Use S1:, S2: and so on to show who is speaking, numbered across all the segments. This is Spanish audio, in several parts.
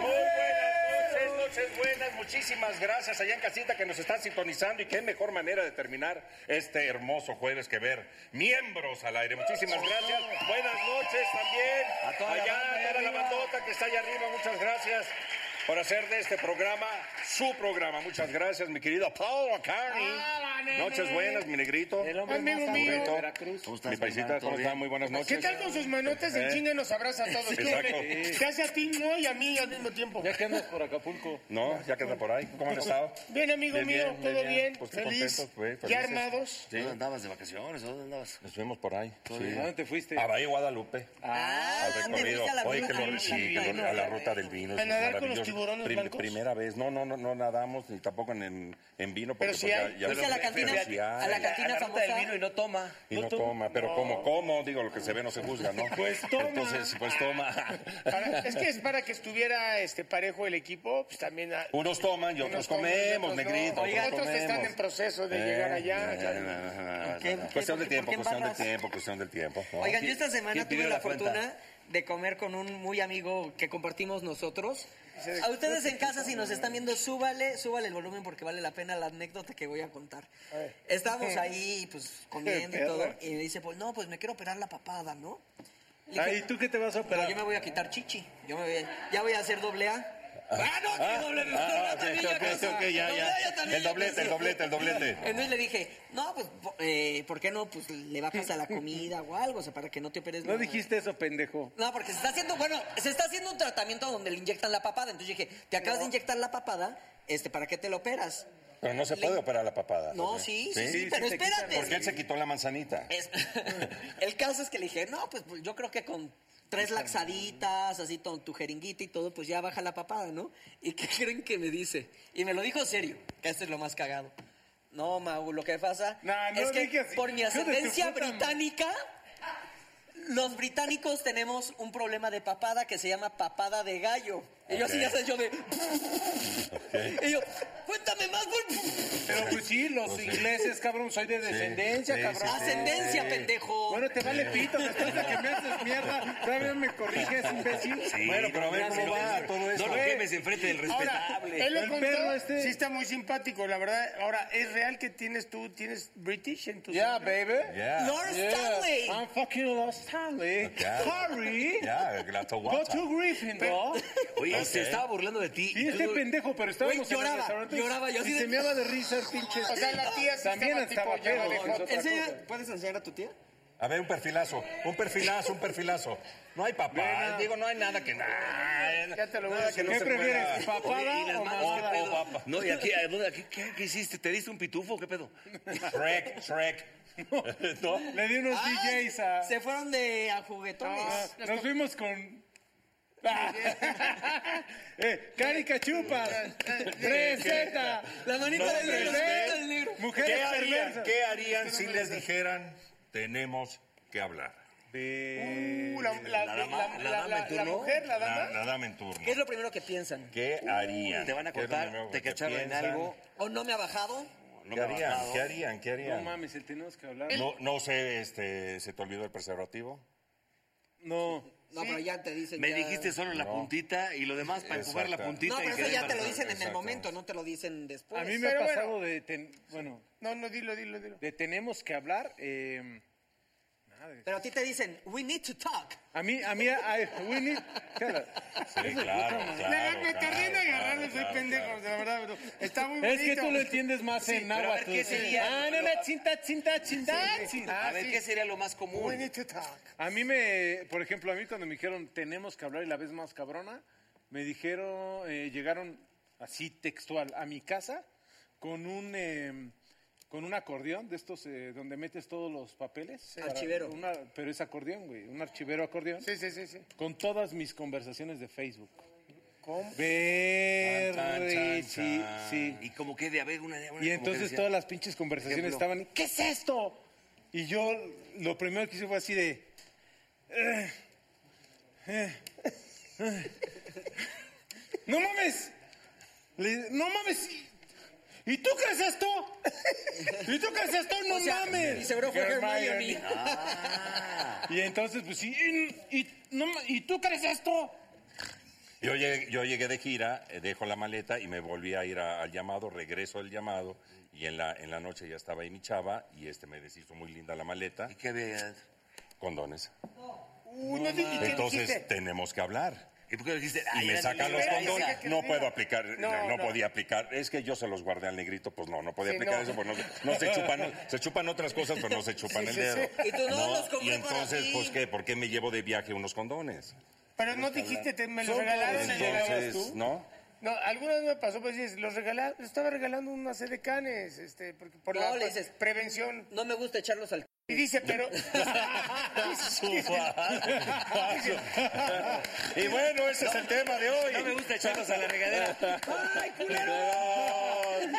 S1: Muy buenas noches, buenas, Muchísimas gracias allá en casita que nos están sintonizando y qué mejor manera de terminar este hermoso jueves que ver miembros al aire. Muchísimas gracias. Buenas noches también
S2: A toda la
S1: allá
S2: banda
S1: a
S2: allá
S1: toda la
S2: arriba.
S1: bandota que está allá arriba. Muchas gracias por hacer de este programa su programa. Muchas gracias, mi querido Paul
S3: Hola,
S1: Carney.
S3: Ah, nene.
S1: Noches buenas, mi negrito.
S2: El hombre
S3: Amigo
S2: más
S3: mío.
S2: aburrido de
S1: Negrito.
S2: Veracruz.
S1: Mi paisita, ¿cómo están? Muy buenas noches.
S3: ¿Qué tal con sus manotes
S1: Eh.
S3: en chinga nos abraza a todos?
S1: Exacto.
S3: ¿Qué? Te hace a ti no y a mí al mismo tiempo.
S2: Ya que andas por Acapulco.
S1: No, ya queda por ahí. ¿Cómo han estado?
S3: Bien, amigo
S1: Bien,
S3: mío,
S1: bien,
S3: todo
S1: bien, bien.
S3: bien,
S1: Pues, qué
S3: feliz,
S1: contentos, güey,
S3: ya
S1: felices.
S3: armados.
S1: Sí.
S4: ¿Dónde andabas de vacaciones? ¿Dónde andabas?
S1: Nos fuimos por ahí.
S2: ¿A dónde te fuiste?
S1: A Bahía Guadalupe.
S5: Ah,
S1: al
S5: ¿dónde
S1: recorrido.
S5: fuiste a la
S1: Oye, que
S5: ruta?
S4: Ah,
S1: lo sí, que lo- a la ruta del vino.
S3: ¿A
S1: es
S3: nadar con los
S1: maravilloso.
S3: tiburones
S1: Prim-
S3: blancos?
S1: Primera vez. No, no, no, no nadamos ni tampoco en, en, en vino. Porque
S3: Pero sí
S1: pues
S3: hay.
S1: ya- ya-
S5: Fuiste a la
S1: pero
S5: cantina-
S1: sí hay.
S5: a la cantina.
S2: la ruta del
S5: famosa.
S2: vino y no toma.
S1: Y no toma, pero como, como, digo, lo que se ve no se juzga, ¿no?
S3: Pues toma.
S1: Entonces, pues toma.
S3: Para- es que es para que estuviera este parejo el equipo, pues también... a-
S1: Unos toman y
S3: unos
S1: otros
S3: comen y
S1: comemos,
S3: otros no.
S1: negrito.
S3: Oiga, otros que están
S1: comemos.
S3: en proceso de
S1: Eh,
S3: llegar allá.
S1: eh,
S3: ya-
S1: eh, eh,
S5: ¿Qué-
S1: eh,
S5: qué-
S1: Cuestión de
S5: por qué
S1: tiempo, cuestión del
S5: embarras?
S1: tiempo, cuestión del tiempo. ¿no?
S5: Oigan, yo esta semana
S2: Oh, ¿Quién pidió
S5: tuve la,
S2: la cuenta?
S5: fortuna de comer con un muy amigo que compartimos nosotros. A ustedes en casa, si nos están viendo, súbale, súbale el volumen porque vale la pena la anécdota que voy a contar. Estábamos ahí, pues, comiendo y todo, y me dice, pues, no, pues me quiero operar la papada, ¿no? Le dije,
S2: Ay, Ah, ¿tú qué te vas a
S5: no,
S2: operar?
S5: yo me voy a quitar chichi, yo me voy a- ya voy a hacer doble A. ¡Ah, no!
S1: Ah,
S5: que doble B!
S1: ah,
S5: No, también
S1: ok,
S5: yo
S1: ok,
S5: que-
S1: ok, ya,
S5: doble
S1: ya.
S5: A, yo también yo
S1: El
S5: que
S1: doblete, el
S5: sé.
S1: doblete, el doblete.
S5: Entonces le dije, no, pues, po- eh, ¿por qué no? Pues le bajas a la comida o algo, o sea, para que no te operes.
S2: No
S5: nada.
S2: dijiste eso, pendejo.
S5: No, porque se está haciendo, bueno, se está haciendo un tratamiento donde le inyectan la papada. Entonces yo dije, te acabas de inyectar la papada, este, ¿para qué te lo operas?
S1: Pero no se
S5: Le-
S1: puede operar la papada.
S5: No,
S1: José.
S5: sí, sí, sí, pero
S2: te quitan.
S5: espérate.
S1: Porque él se quitó la manzanita.
S5: Es- el caso es que le dije, no, pues, pues, yo creo que con tres laxaditas, así con tu jeringuita y todo, pues ya baja la papada, ¿no? ¿Y qué creen que me dice? Y me lo dijo serio, que este es lo más cagado. No, Mau, lo que pasa
S2: Nah, no
S5: es que
S2: digas-
S5: por mi
S2: hijo de tu
S5: ascendencia
S2: puta madre.
S5: británica, los británicos tenemos un problema de papada que se llama papada de gallo. Y yo así,
S1: Ok.
S5: ya sabes, yo de... Y yo, cuéntame más, por...
S2: Pero pues sí, los ingleses, cabrón, soy de descendencia,
S1: sí,
S2: cabrón.
S1: sí, sí.
S5: ascendencia,
S1: Sí.
S5: pendejo.
S2: Bueno, te vale pito, después de que me haces mierda, todavía me corriges, imbécil.
S1: bueno, pero a ver cómo va todo esto.
S2: No lo quemes
S4: enfrente del
S1: Ah,
S3: Ahora, él lo
S2: El
S3: contó,
S2: perro este.
S3: sí está muy simpático, la verdad. Ahora, ¿es real que tienes tú, tienes British en tu
S2: Yeah,
S3: sangre?
S2: baby.
S1: Ya,
S5: Lord Stanley.
S2: I'm fucking lost Stanley.
S1: Ya.
S2: Harry.
S1: ya, la
S2: Go
S1: toguata.
S2: to Gryffindor.
S4: Oye,
S1: Ok.
S4: se estaba burlando de ti.
S2: Sí, este pendejo, pero estábamos
S5: Güey, lloraba,
S2: en el restaurante.
S5: lloraba, yo así
S2: y
S5: de-
S2: se me daba de risa el pinche.
S3: O sea, la tía sí
S2: También estaba
S3: estaba tipo, ya
S2: pedo.
S3: vale,
S2: es otra
S5: Enseña-
S2: cosa.
S5: ¿Puedes enseñar a tu tía?
S1: A ver, un perfilazo, un perfilazo, un perfilazo. No hay papá, digo, no hay nada que nada.
S3: Ya te lo voy a
S1: nada que
S3: decir.
S1: no
S2: ¿Qué
S1: se
S2: prefieres,
S1: pueda.
S4: Oye, y
S2: papada
S4: las
S2: o
S4: manos,
S2: mamada?
S4: ¿qué
S1: O
S4: pedo?
S1: papa.
S4: No, y aquí, ¿a dónde- aquí, ¿qué, qué hiciste? ¿Te diste un pitufo? ¿Qué pedo?
S1: Shrek, Shrek. ¿No?
S2: Le di unos DJs a...
S5: Se fueron de a juguetones.
S2: Ah, nos fuimos con... eh, carica chupas,
S5: Ah,
S2: 3Z,
S5: La manita
S1: No,
S5: del negro, la
S1: hombre, ¿eh?
S5: manita del negro.
S2: mujeres
S1: ¿Qué harían,
S2: perversas.
S1: ¿Qué harían si les dijeran, tenemos que hablar?
S3: Uh, la,
S4: La
S3: la, la,
S4: dama- la
S3: la- la-
S4: dama en
S3: la
S4: turno.
S3: mujer, la dama.
S1: La, la dama en turno.
S5: ¿Qué es lo primero que piensan? Uh,
S1: ¿Qué harían?
S4: Te van a
S1: ¿Qué es lo
S4: cortar,
S1: primero
S4: te
S1: que
S4: cacharon en
S1: piensan?
S4: algo.
S5: ¿O no me ha bajado?
S1: ¿Qué
S4: No me ha
S1: harían?
S4: bajado.
S1: ¿Qué harían? ¿Qué
S2: No
S1: harían?
S5: ¿Eh?
S2: mames, el tenemos que hablar.
S1: No, no sé, este, ¿se te olvidó el preservativo?
S2: No.
S5: No, pero ya te dicen.
S4: Me
S5: ya-
S4: dijiste solo la puntita y lo demás para empujar la puntita.
S5: No,
S4: y
S5: pero eso
S4: quedé
S5: ya te lo
S4: embarazada.
S5: dicen en el
S1: Exacto.
S5: momento, no te lo dicen después.
S6: A mí me
S3: Pero
S6: ha
S3: bueno.
S6: pasado de... ten- bueno,
S3: No, no, dilo, dilo, dilo.
S6: de tenemos que hablar... eh,
S5: Pero a ti te dicen, we need to talk.
S6: a mí, a mí, a, a- we need- claro,
S1: Sí, claro, claro.
S3: La- me tardé en
S1: claro,
S3: agarrarle,
S1: claro,
S3: soy
S1: claro.
S3: pendejo, la verdad, pero está muy
S6: es
S3: bonito.
S6: que tú lo entiendes más en
S4: pero a ver,
S6: náhuatl.
S4: ¿qué sería?
S6: Ah, no, no, chinta, chinta, chinta, chinta.
S4: A ver, ¿qué sería lo más
S3: We
S4: común?
S3: need to talk.
S6: A mí me, por ejemplo, a mí cuando me dijeron tenemos que hablar y la vez más cabrona, me dijeron, eh, llegaron así textual a mi casa con un eh, con un acordeón de estos eh, donde metes todos los papeles. para-
S5: Archivero.
S6: una- pero es acordeón, güey, un archivero acordeón.
S3: Sí, sí, sí, sí.
S6: Con todas mis conversaciones de Facebook. Ver, sí, sí.
S4: Y como que de haber una... una- como
S6: Y
S4: que
S6: entonces
S4: decía,
S6: todas las pinches conversaciones
S4: Ejemplo.
S6: estaban, ¿qué es esto? Y yo lo primero que hice fue así de... "Eh, eh, eh". ¡No mames! Le- ¡No mames! ¿Y tú crees esto? ¿Y tú crees esto? ¡No mames!
S5: Y seguro fue Hermione.
S6: Y entonces, pues sí, y, y- no ma- ¿y tú crees esto?
S1: Yo llegué, yo llegué de gira, eh, dejo la maleta y me volví a ir a- al llamado, regreso al llamado y en la, en la noche ya estaba ahí mi chava y este me deshizo muy linda la maleta.
S4: ¿Y qué había ahí adentro?
S1: Condones.
S3: Uh, no, di- ¿y qué
S1: Entonces
S3: dijiste?
S1: tenemos que hablar.
S4: ¿Y por qué dijiste?
S1: Y
S4: "Ay,
S1: me
S4: era
S1: sacan
S4: mi
S1: los
S4: libro"?
S1: condones.
S3: que
S1: No
S3: diga.
S1: puedo aplicar, no,
S3: No,
S1: no
S3: no.
S1: podía aplicar. Es que yo se los guardé al negrito, pues no, no podía
S3: Sí,
S1: aplicar
S3: no.
S1: eso, pues no, no se chupan, se chupan otras cosas, pero no se chupan el dedo.
S5: Y tú, no, los compré
S1: y
S5: para
S1: entonces,
S5: ti.
S1: pues qué, ¿por qué me llevo de viaje unos condones?
S3: Pero no dijiste, te- me los
S6: Son
S3: regalaron.
S6: todos.
S3: y llegabas
S1: Entonces,
S3: tú.
S1: ¿no?
S3: No, alguna vez me pasó, pues dices, los regalaron, estaba regalando una sed de canes, este, porque por
S5: No,
S3: la
S5: le dices-
S3: prevención.
S5: No me gusta echarlos al...
S3: Y dice, pero...
S1: Y bueno, ese es el tema de hoy.
S4: No me gusta echarlos a la regadera.
S5: ¡Ay, culero!
S3: Oye,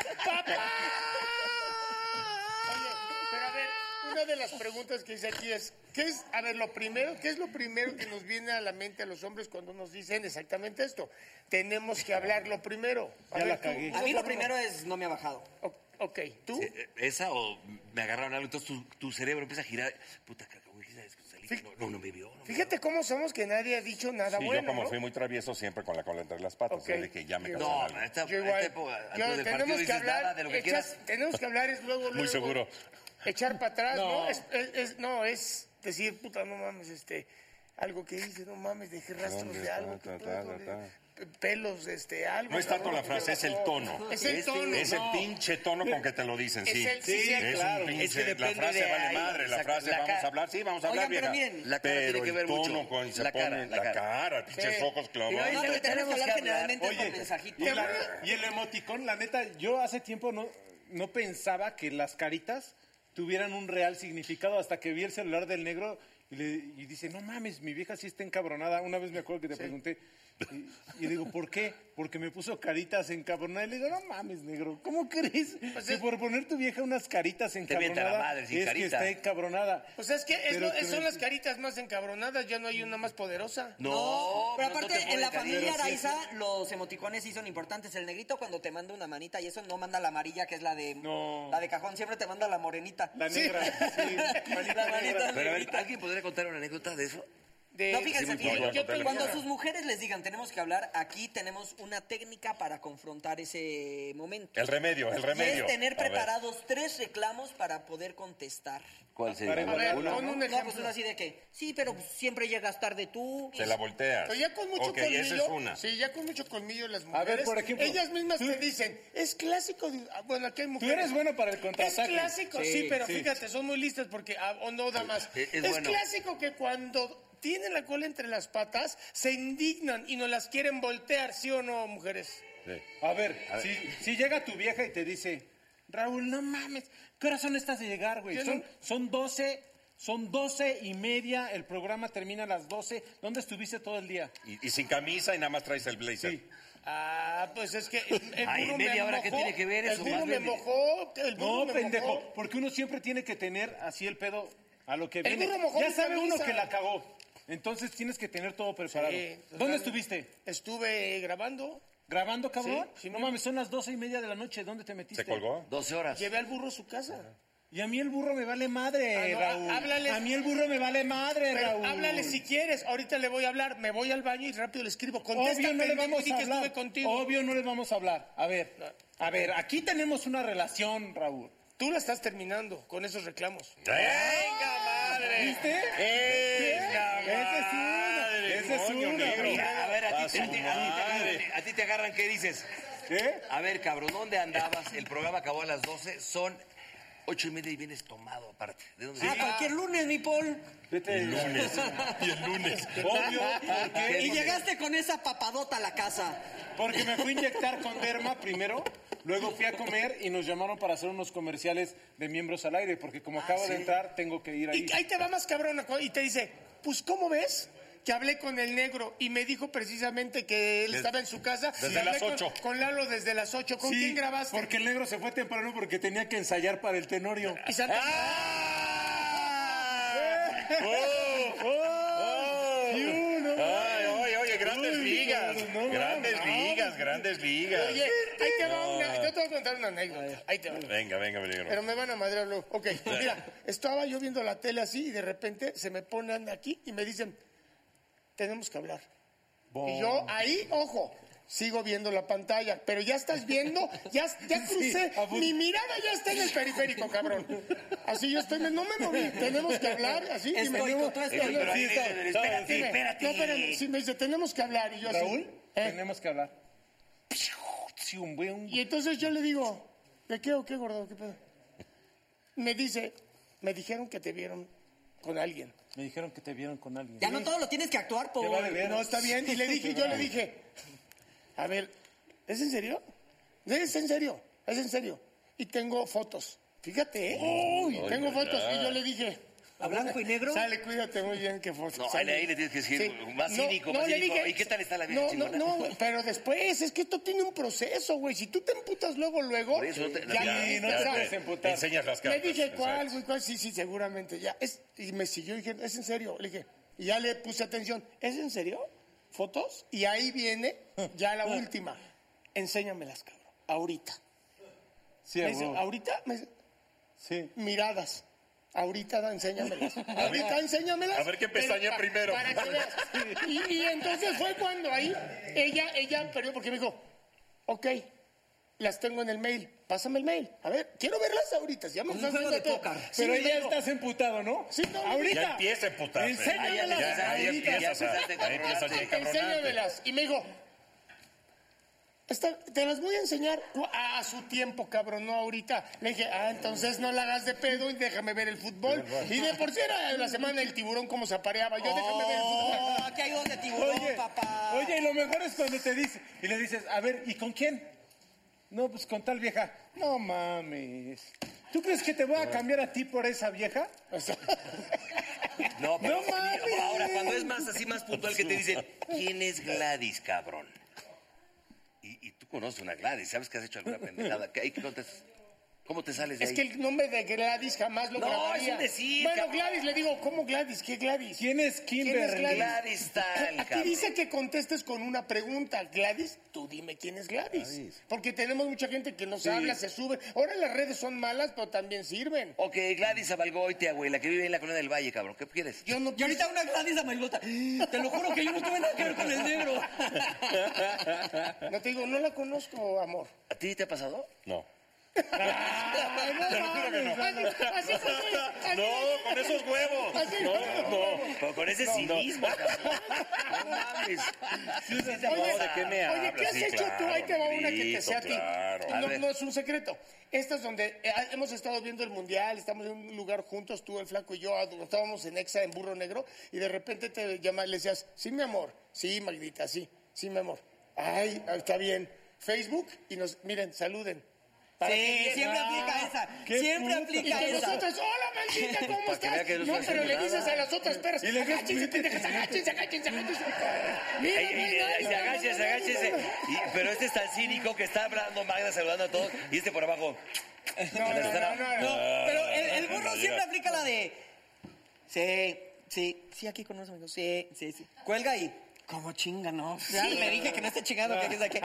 S3: pero a ver, una de las preguntas que hice aquí es, ¿qué es, a ver, lo primero, qué es lo primero que nos viene a la mente a los hombres cuando nos dicen exactamente esto? Tenemos que hablar lo primero. A
S6: Ya
S3: ver,
S6: la
S3: tú.
S6: cagué.
S5: A mí lo primero es, no me ha bajado.
S3: O- ok, ¿tú?
S4: Eh, ¿Esa o me agarraron algo? Entonces tu, tu cerebro empieza a girar. Puta, cabrón, ¿qué sabes? Salí, No, no, no me vio. no me
S3: Fíjate cómo somos que nadie ha dicho nada
S1: Sí,
S3: bueno,
S1: yo como
S3: ¿no?
S1: fui muy travieso siempre con la cola entre las patas,
S3: Ok.
S1: yo dije, ya me
S3: Yo-
S1: cansé.
S4: vio. No,
S1: de
S4: a
S1: hablar.
S4: esta,
S3: Yo
S4: a
S3: igual.
S4: esta época, antes
S3: Yo-
S4: del partido
S3: tenemos que
S4: dices
S3: hablar,
S4: nada de lo que
S3: echas-
S4: quieras.
S3: tenemos que hablar es luego, luego.
S1: Muy seguro.
S3: Echar para atrás, ¿no?
S6: No.
S3: Es, es- es- no, es decir, puta, no mames, este, algo que dice, no mames, dejé rastros
S1: ¿Dónde
S3: de
S1: está?
S3: algo,
S1: Ta,
S3: ¿qué
S1: ta,
S3: pedo,
S1: ta,
S3: de- pe- pelos, este, algo.
S1: No es tanto
S3: cabrón,
S1: la frase, es el tono.
S3: Es el tono.
S1: Es
S3: no.
S1: el pinche tono con que te lo dicen, sí.
S3: Es el- sí, sí,
S1: es
S6: claro.
S1: un pinche,
S4: Es que
S1: la
S4: depende
S1: frase
S4: de
S1: vale
S4: ahí,
S1: madre, la
S4: exacto,
S1: frase
S4: la
S1: vamos
S4: cara.
S1: a hablar, sí, vamos a hablar,
S5: Oigan, pero
S1: vieja.
S5: miren,
S4: la cara tiene que
S1: el
S4: ver
S1: tono
S4: mucho.
S1: con- se
S4: La cara,
S1: pone
S4: la
S1: la
S4: cara.
S1: cara, pinches
S3: Sí.
S1: ojos
S5: Y
S1: clavados.
S5: ahí
S4: no,
S5: lo que
S4: tenemos
S5: tenemos que
S4: que
S5: hablar
S4: hablar.
S5: generalmente es
S6: Oye,
S5: con mensajito.
S6: Y, la- y el emoticón, la neta, yo hace tiempo no, no pensaba que las caritas tuvieran un real significado hasta que vi el celular del negro y, le, y dice, no mames, mi vieja sí está encabronada. Una vez me acuerdo que te pregunté y, y digo, ¿por qué? Porque me puso caritas encabronadas. Y le digo, no mames, negro, ¿cómo crees
S5: Pues
S6: que por poner tu vieja unas caritas
S4: mienta la
S6: encabronadas
S4: madre, sin
S6: es que
S4: carita.
S6: está encabronada?
S3: Pues es que, es
S6: Pero
S3: lo-
S6: que
S3: son
S6: me-
S3: las caritas más encabronadas, ya no hay una más poderosa.
S4: No,
S5: No, pero
S4: no, no
S5: aparte,
S4: te
S5: en la
S4: pueden
S5: familia
S4: caer.
S5: Araiza, los emoticones sí son importantes. El negrito cuando te manda una manita y eso no manda la amarilla, que es la de
S6: No.
S5: la de cajón, siempre te manda la morenita.
S6: La negra, sí,
S5: La
S6: manita
S5: manita
S6: negra.
S4: Pero a ver, ¿alguien podría contar una anécdota de eso?
S3: De-
S5: No, fíjense,
S3: Sí,
S5: fíjense,
S3: yo- yo tengo-
S5: cuando sus mujeres les digan tenemos que hablar, aquí tenemos una técnica para confrontar ese momento.
S1: El remedio, el
S5: Y
S1: remedio.
S5: es tener
S1: A ver.
S5: preparados tres reclamos para poder contestar.
S4: ¿Cuál sería?
S3: A ver,
S4: Uno,
S3: pon
S5: No,
S3: un
S5: pues
S3: ejemplo.
S5: una así de que, sí, pero siempre llegas tarde tú.
S1: Te la volteas.
S3: Pero ya con mucho
S1: Ok,
S3: colmillo.
S1: esa es una.
S3: Sí, ya con mucho colmillo las mujeres.
S6: ver, por ejemplo,
S3: Ellas mismas
S6: tú-
S3: te dicen, es clásico. de- ah, Bueno, aquí hay mujeres.
S6: eres bueno para el
S3: Es
S6: contraataque.
S3: clásico, sí,
S6: Sí,
S3: pero
S6: sí.
S3: fíjate, son muy listas porque. ah, o no, damas.
S4: Eh,
S3: Es,
S4: es bueno.
S3: clásico que cuando tienen la cola entre las patas, se indignan y no las quieren voltear, ¿sí o no, mujeres?
S1: Sí.
S6: A ver, Si, si llega tu vieja y te dice, Raúl, no mames, ¿qué horas son estas de llegar, güey?
S3: Yo
S6: Son,
S3: no-
S6: son 12, son 12 y media, el programa termina a las 12. ¿Dónde estuviste todo el día?
S1: Y, y sin camisa y nada más traes el blazer.
S6: Sí.
S3: Ah, pues es que. El, el
S4: Ay,
S3: burro
S4: media
S3: me
S4: hora,
S3: mojó,
S4: ¿qué tiene que ver
S3: El
S4: eso?
S3: burro
S4: Más
S3: me
S4: bien-
S3: mojó. El burro
S6: No,
S3: me
S6: pendejo,
S3: mojó.
S6: porque uno siempre tiene que tener así el pedo a lo que viene.
S3: burro mojó
S6: ya
S3: mi
S6: sabe uno
S3: camisa.
S6: que la cagó. Entonces tienes que tener todo preparado.
S3: Sí,
S6: ¿Dónde
S3: claro.
S6: estuviste?
S3: Estuve grabando.
S6: ¿Grabando, cabrón?
S3: Sí, sí,
S6: no
S3: me-
S6: mames, son las doce y media de la noche. ¿Dónde te metiste?
S1: ¿Se colgó?
S4: 12 horas. Ah.
S3: Llevé al burro a su casa.
S6: Y a mí el burro me vale madre,
S3: Ah, no, há-
S6: Eh, Raúl.
S3: háblale.
S6: A mí el burro me vale madre,
S3: Pero
S6: Raúl.
S3: háblale si quieres. Ahorita le voy a hablar. Me voy al baño y rápido le escribo. Contesta,
S6: Obvio no
S3: pero
S6: le vamos
S3: di
S6: a
S3: que
S6: hablar.
S3: estuve contigo.
S6: Obvio no le vamos a hablar. A ver, a ver, aquí tenemos una relación, Raúl.
S3: Tú la estás terminando con esos reclamos.
S4: ¡Venga, madre!
S6: ¿Viste?
S4: ¡Venga,
S6: Ese es uno,
S4: madre!
S6: ese es
S4: Coño,
S6: uno,
S4: negro.
S6: bro.
S4: A ver, a
S6: Va
S4: ti te-
S6: su
S4: a ti te
S6: madre.
S4: agarran- a ti te agarran, ¿qué dices?
S6: ¿Qué?
S4: A ver, cabrón, ¿dónde andabas? El programa acabó a las 12, son ocho y media y vienes tomado aparte. ¿De dónde
S5: Ah, cualquier lunes, mi Paul.
S6: Vete.
S4: lunes. Y el lunes.
S6: Obvio, ¿por qué?
S5: Y llegaste con esa papadota a la casa.
S6: Porque me fui a inyectar con derma primero, luego fui a comer y nos llamaron para hacer unos comerciales de miembros al aire, porque como acabo de entrar, tengo que ir ahí.
S3: Ah, Y ahí te va más cabrón. Y te dice, pues, ¿cómo ves? Que hablé con el negro y me dijo precisamente que él estaba en su casa.
S1: desde
S3: Y hablé
S1: las
S3: con-
S1: ocho.
S3: Con, Lalo desde las 8. ¿Con
S6: Sí,
S3: quién grabaste?
S6: Porque el negro se fue temprano porque tenía que ensayar para el tenorio. Ah,
S3: Y Santa- Oh,
S1: Ay, oye, oye, grandes
S6: Uy,
S1: ligas.
S6: no, no,
S1: grandes
S6: no.
S1: ligas, grandes ligas.
S3: Oye, ahí te va una. Yo te voy a contar una anécdota. Ahí te va.
S1: Venga, venga, venga.
S3: Pero me van a madrear luego. Ok, mira, estaba yo viendo la tele así y de repente se me ponen aquí y me dicen, tenemos que hablar. Y yo ahí, ojo, sigo viendo la pantalla, pero ya estás viendo, ya, ya crucé,
S6: a punto.
S3: mi mirada ya está en el periférico, cabrón. Así yo estoy, no me moví, tenemos que hablar, así. y me
S5: Estoico,
S3: digo,
S5: tú estoico.
S3: "Tenemos
S4: Pero ahí,
S3: que estar".
S4: espérate, espérate,
S3: Dime,
S4: espérate.
S3: este No, espérame, sí, me dice, tenemos que hablar. Y yo así,
S6: Raúl,
S3: "Eh".
S6: tenemos que hablar. Sí, un buen...
S3: Y entonces yo le digo, ¿de qué o qué, gordo? ¿Qué pedo? Me dice, me dijeron que te vieron con alguien.
S6: Me dijeron que te vieron con alguien.
S5: Ya no todo lo tienes que actuar,
S6: Te va a
S5: Paul.
S6: deber.
S3: No, está bien. Y le dije, yo le dije, a ver, ¿es en serio? Es en serio, es en serio. Y tengo fotos. Fíjate, ¿eh?
S6: Mm,
S3: Uy, tengo fotos. Y yo le dije,
S5: ¿A blanco y negro?
S3: Sale, cuídate muy bien que fotos.
S4: No,
S3: Sale.
S4: ahí le tienes que decir, más cínico, más
S3: le
S4: cínico. ¿Y qué tal está la vieja
S3: No,
S4: chingona?
S3: no, no, pero después, es que esto tiene un proceso, güey. Si tú te emputas luego, luego.
S4: Por eso te-
S3: ya
S4: ya,
S3: ni-
S4: ya,
S3: no
S6: ya,
S3: sabes.
S6: ya,
S1: Te enseñas las
S3: Le
S1: cartas.
S3: dije cuál,
S1: Exacto.
S3: güey, cuál, sí, sí, seguramente, ya. Es, y me siguió y dije, ¿es en serio? Le dije, y ya le puse atención, ¿es en serio? ¿Fotos? Y ahí viene ya
S1: Ah.
S3: la última. Enséñamelas, cabrón, ahorita.
S6: Sí,
S3: Me
S6: a
S3: dice,
S6: huevo.
S3: ahorita, me dice,
S6: Sí.
S3: miradas. Ahorita da, enséñamelas. Ahorita enséñamelas.
S1: a ver qué
S3: pero
S1: pestaña
S3: pa-
S1: primero.
S3: Para que veas. Y, y entonces fue cuando ahí ella, ella perdió porque me dijo, ok, las tengo en el mail, pásame el mail. A ver, quiero verlas ahorita. si Ya me
S5: Como un
S3: estás
S5: juego
S3: dando
S5: de
S3: todo.
S5: póker.
S3: Sí,
S6: Pero
S3: me
S6: ahí ya
S3: dijo,
S6: estás emputado, ¿no?
S3: Sí, no,
S6: ahorita.
S1: Ya empieza a emputarse.
S6: Enséñamelas
S1: Ahí- ya- ahí
S6: ahorita.
S1: empiezas a-
S4: Ya
S1: ahí
S4: empezaste a
S1: empiezas a encabronarte.
S3: Enséñamelas. Y me dijo, "Está- te las voy a enseñar cu- a, a su tiempo, cabrón, no ahorita. Le dije, ah, entonces no la hagas de pedo y déjame ver el fútbol. Y de por sí era la semana el tiburón como se apareaba. Yo déjame ver el fútbol.
S5: Oh, aquí hay dos de tiburón,
S6: Oye,
S5: papá.
S6: oye, y lo mejor es cuando te dice, y le dices, a ver, ¿y con quién? No, pues con tal vieja. No mames. ¿Tú crees que te voy a cambiar a ti por esa vieja?
S4: No, pero
S6: No mames.
S4: ahora cuando es más así, más puntual que te dicen, ¿quién es Gladys, cabrón? Y, y tú conoces una Gladys, ¿sabes que has hecho alguna pendejada? ¿Qué- ahí qué contestas? ¿Cómo te sales de
S3: Es
S4: ahí?
S3: que el nombre de Gladys jamás lo
S4: No,
S3: grabaría.
S4: es un decir,
S3: Bueno,
S4: cabrón.
S3: Gladys, le digo, ¿cómo Gladys? ¿Qué Gladys?
S6: ¿Quién es Kimberly?
S3: ¿Quién es Gladys?
S4: Gladys tal,
S3: Aquí
S4: cabrón.
S3: dice que contestes con una pregunta. Gladys, tú dime quién es Gladys. Porque tenemos mucha gente que nos habla, se sube. Ahora las redes son malas, pero también sirven.
S4: Ok, Gladys Abalgoitia, güey, la que vive en la colonia del Valle, cabrón. ¿Qué quieres?
S3: Yo no
S5: Y ahorita una Gladys Amalgota. Te lo juro que yo no tuve nada que ver con el negro.
S3: No te digo, no la conozco, amor.
S4: ¿A ti te ha pasado?
S1: No.
S3: Ay, no mames, así- así fue, así-
S1: No, con esos huevos.
S3: así-
S4: Pero con ese cinismo, cabrón. No mames.
S3: Oye,
S1: ¿de qué me
S3: oye,
S1: hablas?
S3: ¿qué has
S1: Sí,
S3: hecho
S1: claro,
S3: tú? Ahí te va una que te
S1: Miguelito,
S3: sea a ti.
S1: claro.
S3: No,
S4: A ver.
S3: no es un secreto. Esta es donde eh, hemos estado viendo el mundial, estamos en un lugar juntos, tú, el flaco y yo, estábamos en Exa, en Burro Negro, y de repente te llamas, le decías, sí, mi amor, sí, Magdita, sí, sí, mi amor. Ay, ah, está bien. Facebook, y nos, miren, saluden. Para que
S5: Sí,
S3: vean. Ah,
S5: siempre aplica esa.
S6: qué
S5: Siempre
S6: puto.
S3: Y
S5: aplica
S3: que
S5: esa.
S3: nosotras, hola, maldita, ¿cómo
S4: Para que vea
S3: estás?
S4: que no
S3: No,
S4: estás
S3: pero le
S4: enamorada.
S3: dices a las otras perras,
S6: Y le dices,
S3: agáchense, pendejas, agáchense, agáchense, agáchense. Mira,
S4: Ey,
S3: no hay
S4: ey, ey,
S3: nadie,
S4: agáchese,
S3: no, no, no,
S4: agáchese.
S3: no, no.
S4: Y- pero este es tan cínico que está hablando Magda saludando a todos y este por abajo.
S3: No, no, no, no, no.
S5: No, pero el, el burro
S1: no,
S5: siempre
S1: ya.
S5: aplica la de. Sí, sí, sí, aquí con unos amigos. Sí, sí, sí. Cuelga y. Como chinga, ¿no? Ya le dije que este no esté
S4: Ah.
S5: chingando, que es de aquí.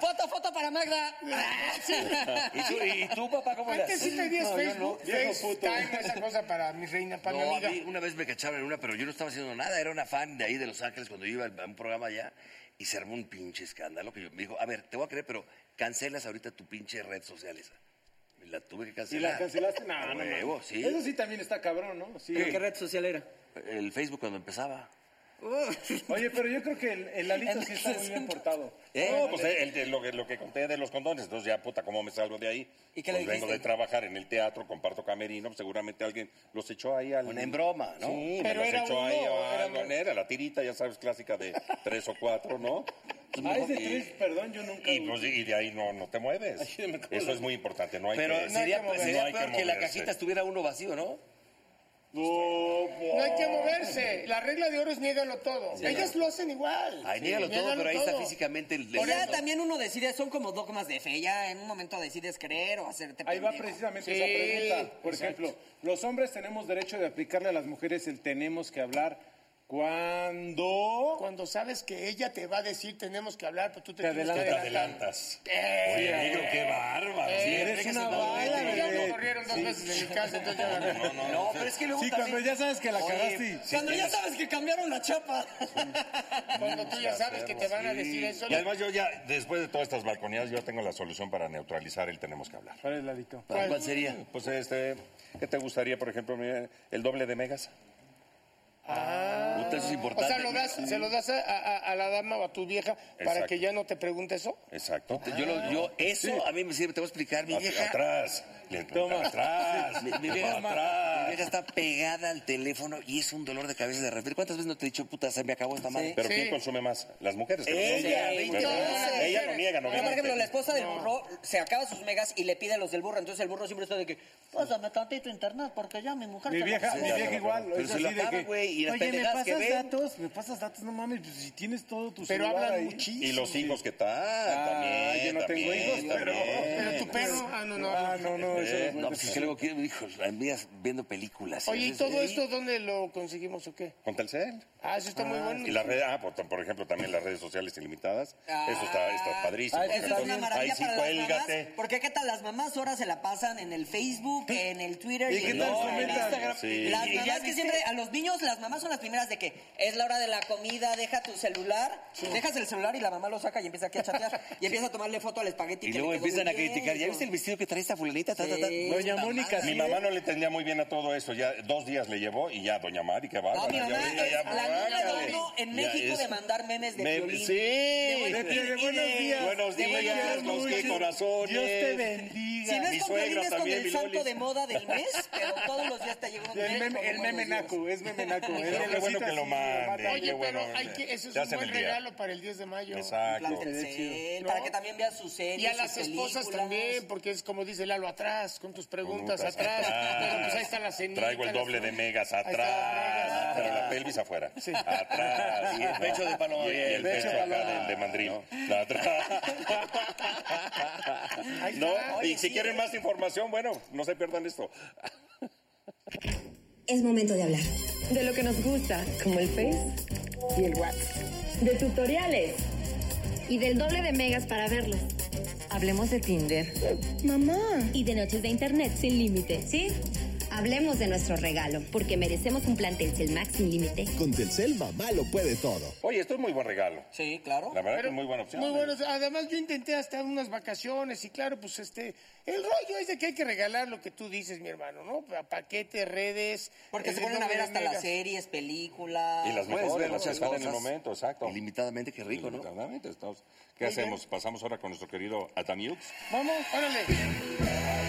S5: Foto, foto para Magda.
S4: ¿Y tú, y tú, papá, cómo le
S3: Antes
S4: haces?
S3: sí tenías
S5: No, yo no.
S3: Facebook, FaceTime, esa cosa para mi reina, para mi
S4: No, a
S3: amiga.
S4: mí una vez me cacharon en una, pero yo no estaba haciendo nada. Era una fan de ahí de Los Ángeles cuando yo iba a un programa allá y se armó un pinche escándalo que yo me dijo, a ver, te voy a creer, pero cancelas ahorita tu pinche red social esa. Y la tuve que
S6: ¿Y
S4: cancelar.
S6: la cancelaste? No, no,
S4: A
S6: no.
S4: huevo, sí.
S6: Eso sí también está cabrón, ¿no? Sí.
S5: ¿Pero qué red social era?
S4: El Facebook cuando empezaba.
S6: Oye, pero yo creo que el, el Lalito sí está muy bien portado.
S1: No, pues eh, el de lo, que- lo que conté de los condones, entonces ya puta, ¿cómo me salgo de ahí?
S5: ¿Y qué le
S1: pues vengo
S5: dijiste?
S1: de trabajar en el teatro, comparto camerino, pues, seguramente alguien los echó ahí al...
S4: Una en broma, ¿no?
S1: Sí,
S3: Pero
S1: me los
S3: era
S1: echó
S3: uno,
S1: ahí
S3: o
S1: a-
S3: era
S1: algo,
S3: uno.
S1: era la tirita, ya sabes, clásica de tres o cuatro, ¿no? Pues me
S6: Ah, es
S1: dijo,
S6: de
S1: y-
S6: tres, perdón, yo nunca.
S1: Y, pues, y de ahí no, no te mueves.
S6: Ay, me acuerdo.
S1: Eso es muy importante, no hay
S4: Pero
S1: que...
S4: sería,
S1: no hay
S4: sería
S1: que
S4: peor que la
S1: moverse.
S4: cajita estuviera uno vacío, ¿no?
S6: No, pues.
S3: No hay que moverse. La regla de oro es niégalo todo. Ellas lo hacen igual.
S4: Ahí niégalo todo, pero ahí está físicamente el... el-
S5: Por ya
S4: ¿no?
S5: también uno decide, son como dogmas de fe, ya en un momento decides creer o hacerte
S6: Ahí va
S5: pendejo.
S6: precisamente
S3: Sí,
S6: esa pregunta. Por
S3: exacto.
S6: ejemplo, los hombres tenemos derecho de aplicarle a las mujeres el tenemos que hablar cuando...
S3: Cuando sabes que ella te va a decir tenemos que hablar, pero tú te,
S6: Te
S3: tienes que
S1: Te
S6: adelantas.
S1: adelantas.
S3: adelantar.
S1: Eh, Oye, amigo, qué bárbaro. Sí,
S6: eres
S1: dejas
S6: una
S1: el doble.
S6: bala,
S3: Ay, Ya
S6: bebé.
S3: me corrieron dos veces de mi casa, entonces ya agarré.
S4: No, pero es que luego
S6: Sí, cuando ya sabes que la cagaste. y-
S5: Cuando ya sabes que cambiaron la chapa.
S3: Cuando tú ya sabes que te van a decir eso,
S1: Y además yo ya, después de todas estas balconeadas, yo tengo la solución para neutralizar el tenemos que hablar.
S6: ¿Cuál es Lalito?
S4: ¿Cuál cuál sería?
S1: Pues este, ¿qué te gustaría, por ejemplo, mira, el doble de megas?
S4: Puta, eso es
S3: o
S4: importante.
S3: sea, lo das, se lo das a, a- a la dama o a tu vieja para
S1: Exacto.
S3: que ya no te pregunte eso.
S1: Exacto. Ah,
S4: Yo, lo- yo- eso a mí me sirve, te voy a explicar, mi
S1: Hacia
S4: vieja.
S1: atrás. Le
S6: Toma.
S1: atrás.
S4: Mi, mi
S1: para
S4: vieja, mi
S1: atrás.
S4: vieja está pegada al teléfono y es un dolor de cabeza de refiero. ¿Cuántas veces no te he dicho, puta, se me acabó esta madre?
S1: Pero
S3: Sí.
S1: ¿quién consume más? Las mujeres. que
S4: Ella,
S1: lo niegan.
S4: veinte
S1: ¿Verdad?
S5: veces.
S1: Ella lo niega, no
S5: Pero, por ejemplo, la
S1: obviamente.
S5: esposa del burro se acaba sus megas y le pide a los del burro. Entonces el burro siempre está de que, pásame tantito internet porque ya mi mujer...
S6: Mi
S5: se lo-
S6: vieja, mi
S4: ya,
S6: vieja
S4: pero-
S6: igual.
S4: pero
S6: es
S4: se lo
S6: Pues así de
S4: acaba,
S6: que,
S4: güey, y las
S6: Oye, ¿me
S4: pendejadas
S6: pasas
S4: que ven".
S6: datos? ¿Me pasas datos? No mames, pues, si tienes todo tu
S3: Pero
S6: celular
S3: hablan
S6: ahí.
S3: muchísimo.
S1: Y los hijos que tal, también.
S6: yo no tengo
S1: también,
S6: hijos, pero-
S1: también.
S3: Pero tu perro, ah, no, no.
S6: Ah, no, no, eso
S4: Eh,
S6: es
S4: no, pues es que luego quiero, hijo, las mías viendo películas.
S3: Oye, ¿y
S4: Entonces,
S3: todo
S4: eh,
S3: esto dónde lo conseguimos o qué?
S1: Con Telcel.
S3: Ah, eso está muy bueno.
S1: Y las redes, ah, por, por ejemplo, también las redes sociales ilimitadas. Eso está, está padrísimo.
S6: Ah,
S5: Eso es una
S6: Ahí
S5: maravilla
S1: Ahí sí,
S5: para las mamás,
S1: cuélgate.
S5: porque qué tal las mamás ahora se la pasan en el Facebook, en el Twitter
S6: ¿Y
S5: y,
S6: qué
S5: en
S6: tal
S5: no,
S6: su
S5: en
S6: meta?
S5: Instagram.
S1: Sí.
S5: Las
S1: ¿Y ya
S5: mamás que siempre, a los niños, las mamás son las primeras de que es la hora de la comida, deja tu celular, dejas el celular y la mamá lo saca y empieza aquí a chatear y empieza a tomarle foto al espagueti.
S4: Y
S5: que
S4: luego
S5: le quedó
S4: empiezan
S5: muy
S4: a
S5: bien,
S4: criticar. ¿Ya
S5: hijo".
S4: viste el vestido que trae esta fulanita? Ta, ta, ta.
S5: Sí.
S4: No,
S6: Doña
S4: mamá.
S6: Mónica,
S1: Mi
S6: sí.
S1: mamá no le entendía muy bien a todo eso. Ya dos días le llevó y ya, doña Mari, qué bárbara.
S5: No, Ah, mi
S1: ya
S5: mamá
S1: ahorita
S5: es
S1: ya,
S5: la número
S1: guácale.
S5: uno en
S1: Ya
S5: México
S1: es-
S5: de mandar memes de
S1: Me-
S5: violín.
S1: Sí.
S5: buen-
S6: De- de- buenos
S5: y de-
S6: días.
S1: Buenos
S6: Te voy a
S1: días,
S6: querer
S1: los que
S6: mucho.
S1: corazones.
S6: Dios te
S5: Si no
S6: bendiga.
S1: Mi
S5: es con violín,
S1: suegra
S5: es con
S1: también,
S5: el
S1: mi
S5: santo
S1: Loli.
S5: de moda del mes, pero todos los días te llega un
S6: El meme,
S5: como
S6: el meme
S5: buenos días.
S6: naco, es meme naco. es
S1: Pero
S6: de
S1: qué bueno
S6: cositas
S1: que lo
S6: así,
S1: mande.
S6: mata.
S3: Oye,
S1: bueno,
S3: pero hay que, eso es
S1: ya
S3: un
S1: se
S3: buen
S1: me olvida.
S3: regalo para el 10 de mayo.
S1: Exacto.
S5: Plantelcel,
S3: ¿No?
S5: Para que también veas sus series.
S3: Y a
S5: sus
S3: las esposas
S5: películas.
S3: también, porque es como dice Lalo, atrás, con tus preguntas
S1: Preguntas
S3: atrás.
S1: atrás.
S3: Pero pues ahí está la cenita.
S1: Traigo el
S3: las
S1: doble de
S3: flores.
S1: megas
S3: Ahí está la
S1: atrás,
S3: megas.
S1: pero la pelvis afuera. Atrás.
S4: Y el pecho de paloma.
S1: Y el,
S4: Bien,
S6: pecho
S1: pecho
S6: de
S1: acá
S6: paloma.
S1: de, de mandril. No, atrás. No, y si quieren más información, bueno, no se pierdan esto.
S7: Es momento de hablar. De lo que nos gusta, como el Face y el WhatsApp. De tutoriales. Y del doble de megas para verlos. Hablemos de Tinder. Mamá. Y de noches de internet sin límite. ¿Sí? Hablemos de nuestro regalo, porque merecemos un plan Telcel Max sin límite.
S8: Con Telcel mamá lo puede todo.
S1: Oye, esto es muy buen regalo.
S5: Sí, claro.
S1: La verdad que
S3: Pero
S1: es muy buena opción. ¿eh?
S3: Muy bueno. Además, yo intenté hasta unas vacaciones y claro, pues este, el rollo es de que hay que regalar lo que tú dices, mi hermano, ¿no? Pa- Paquetes, redes.
S5: Porque
S3: el
S5: se
S3: del
S5: ponen a ver
S3: doble de
S5: hasta
S3: megas.
S5: las series, películas.
S1: Y
S8: Pues,
S1: las
S4: Puedes
S1: mejores,
S4: ver
S1: las que
S4: muchas
S1: están en el
S4: cosas.
S1: momento, exacto.
S4: Ilimitadamente, qué rico, ¿no?
S1: Exactamente, estamos- ¿Qué hacemos? ¿Pasamos ahora con nuestro querido Ataniux?
S3: Vamos, órale.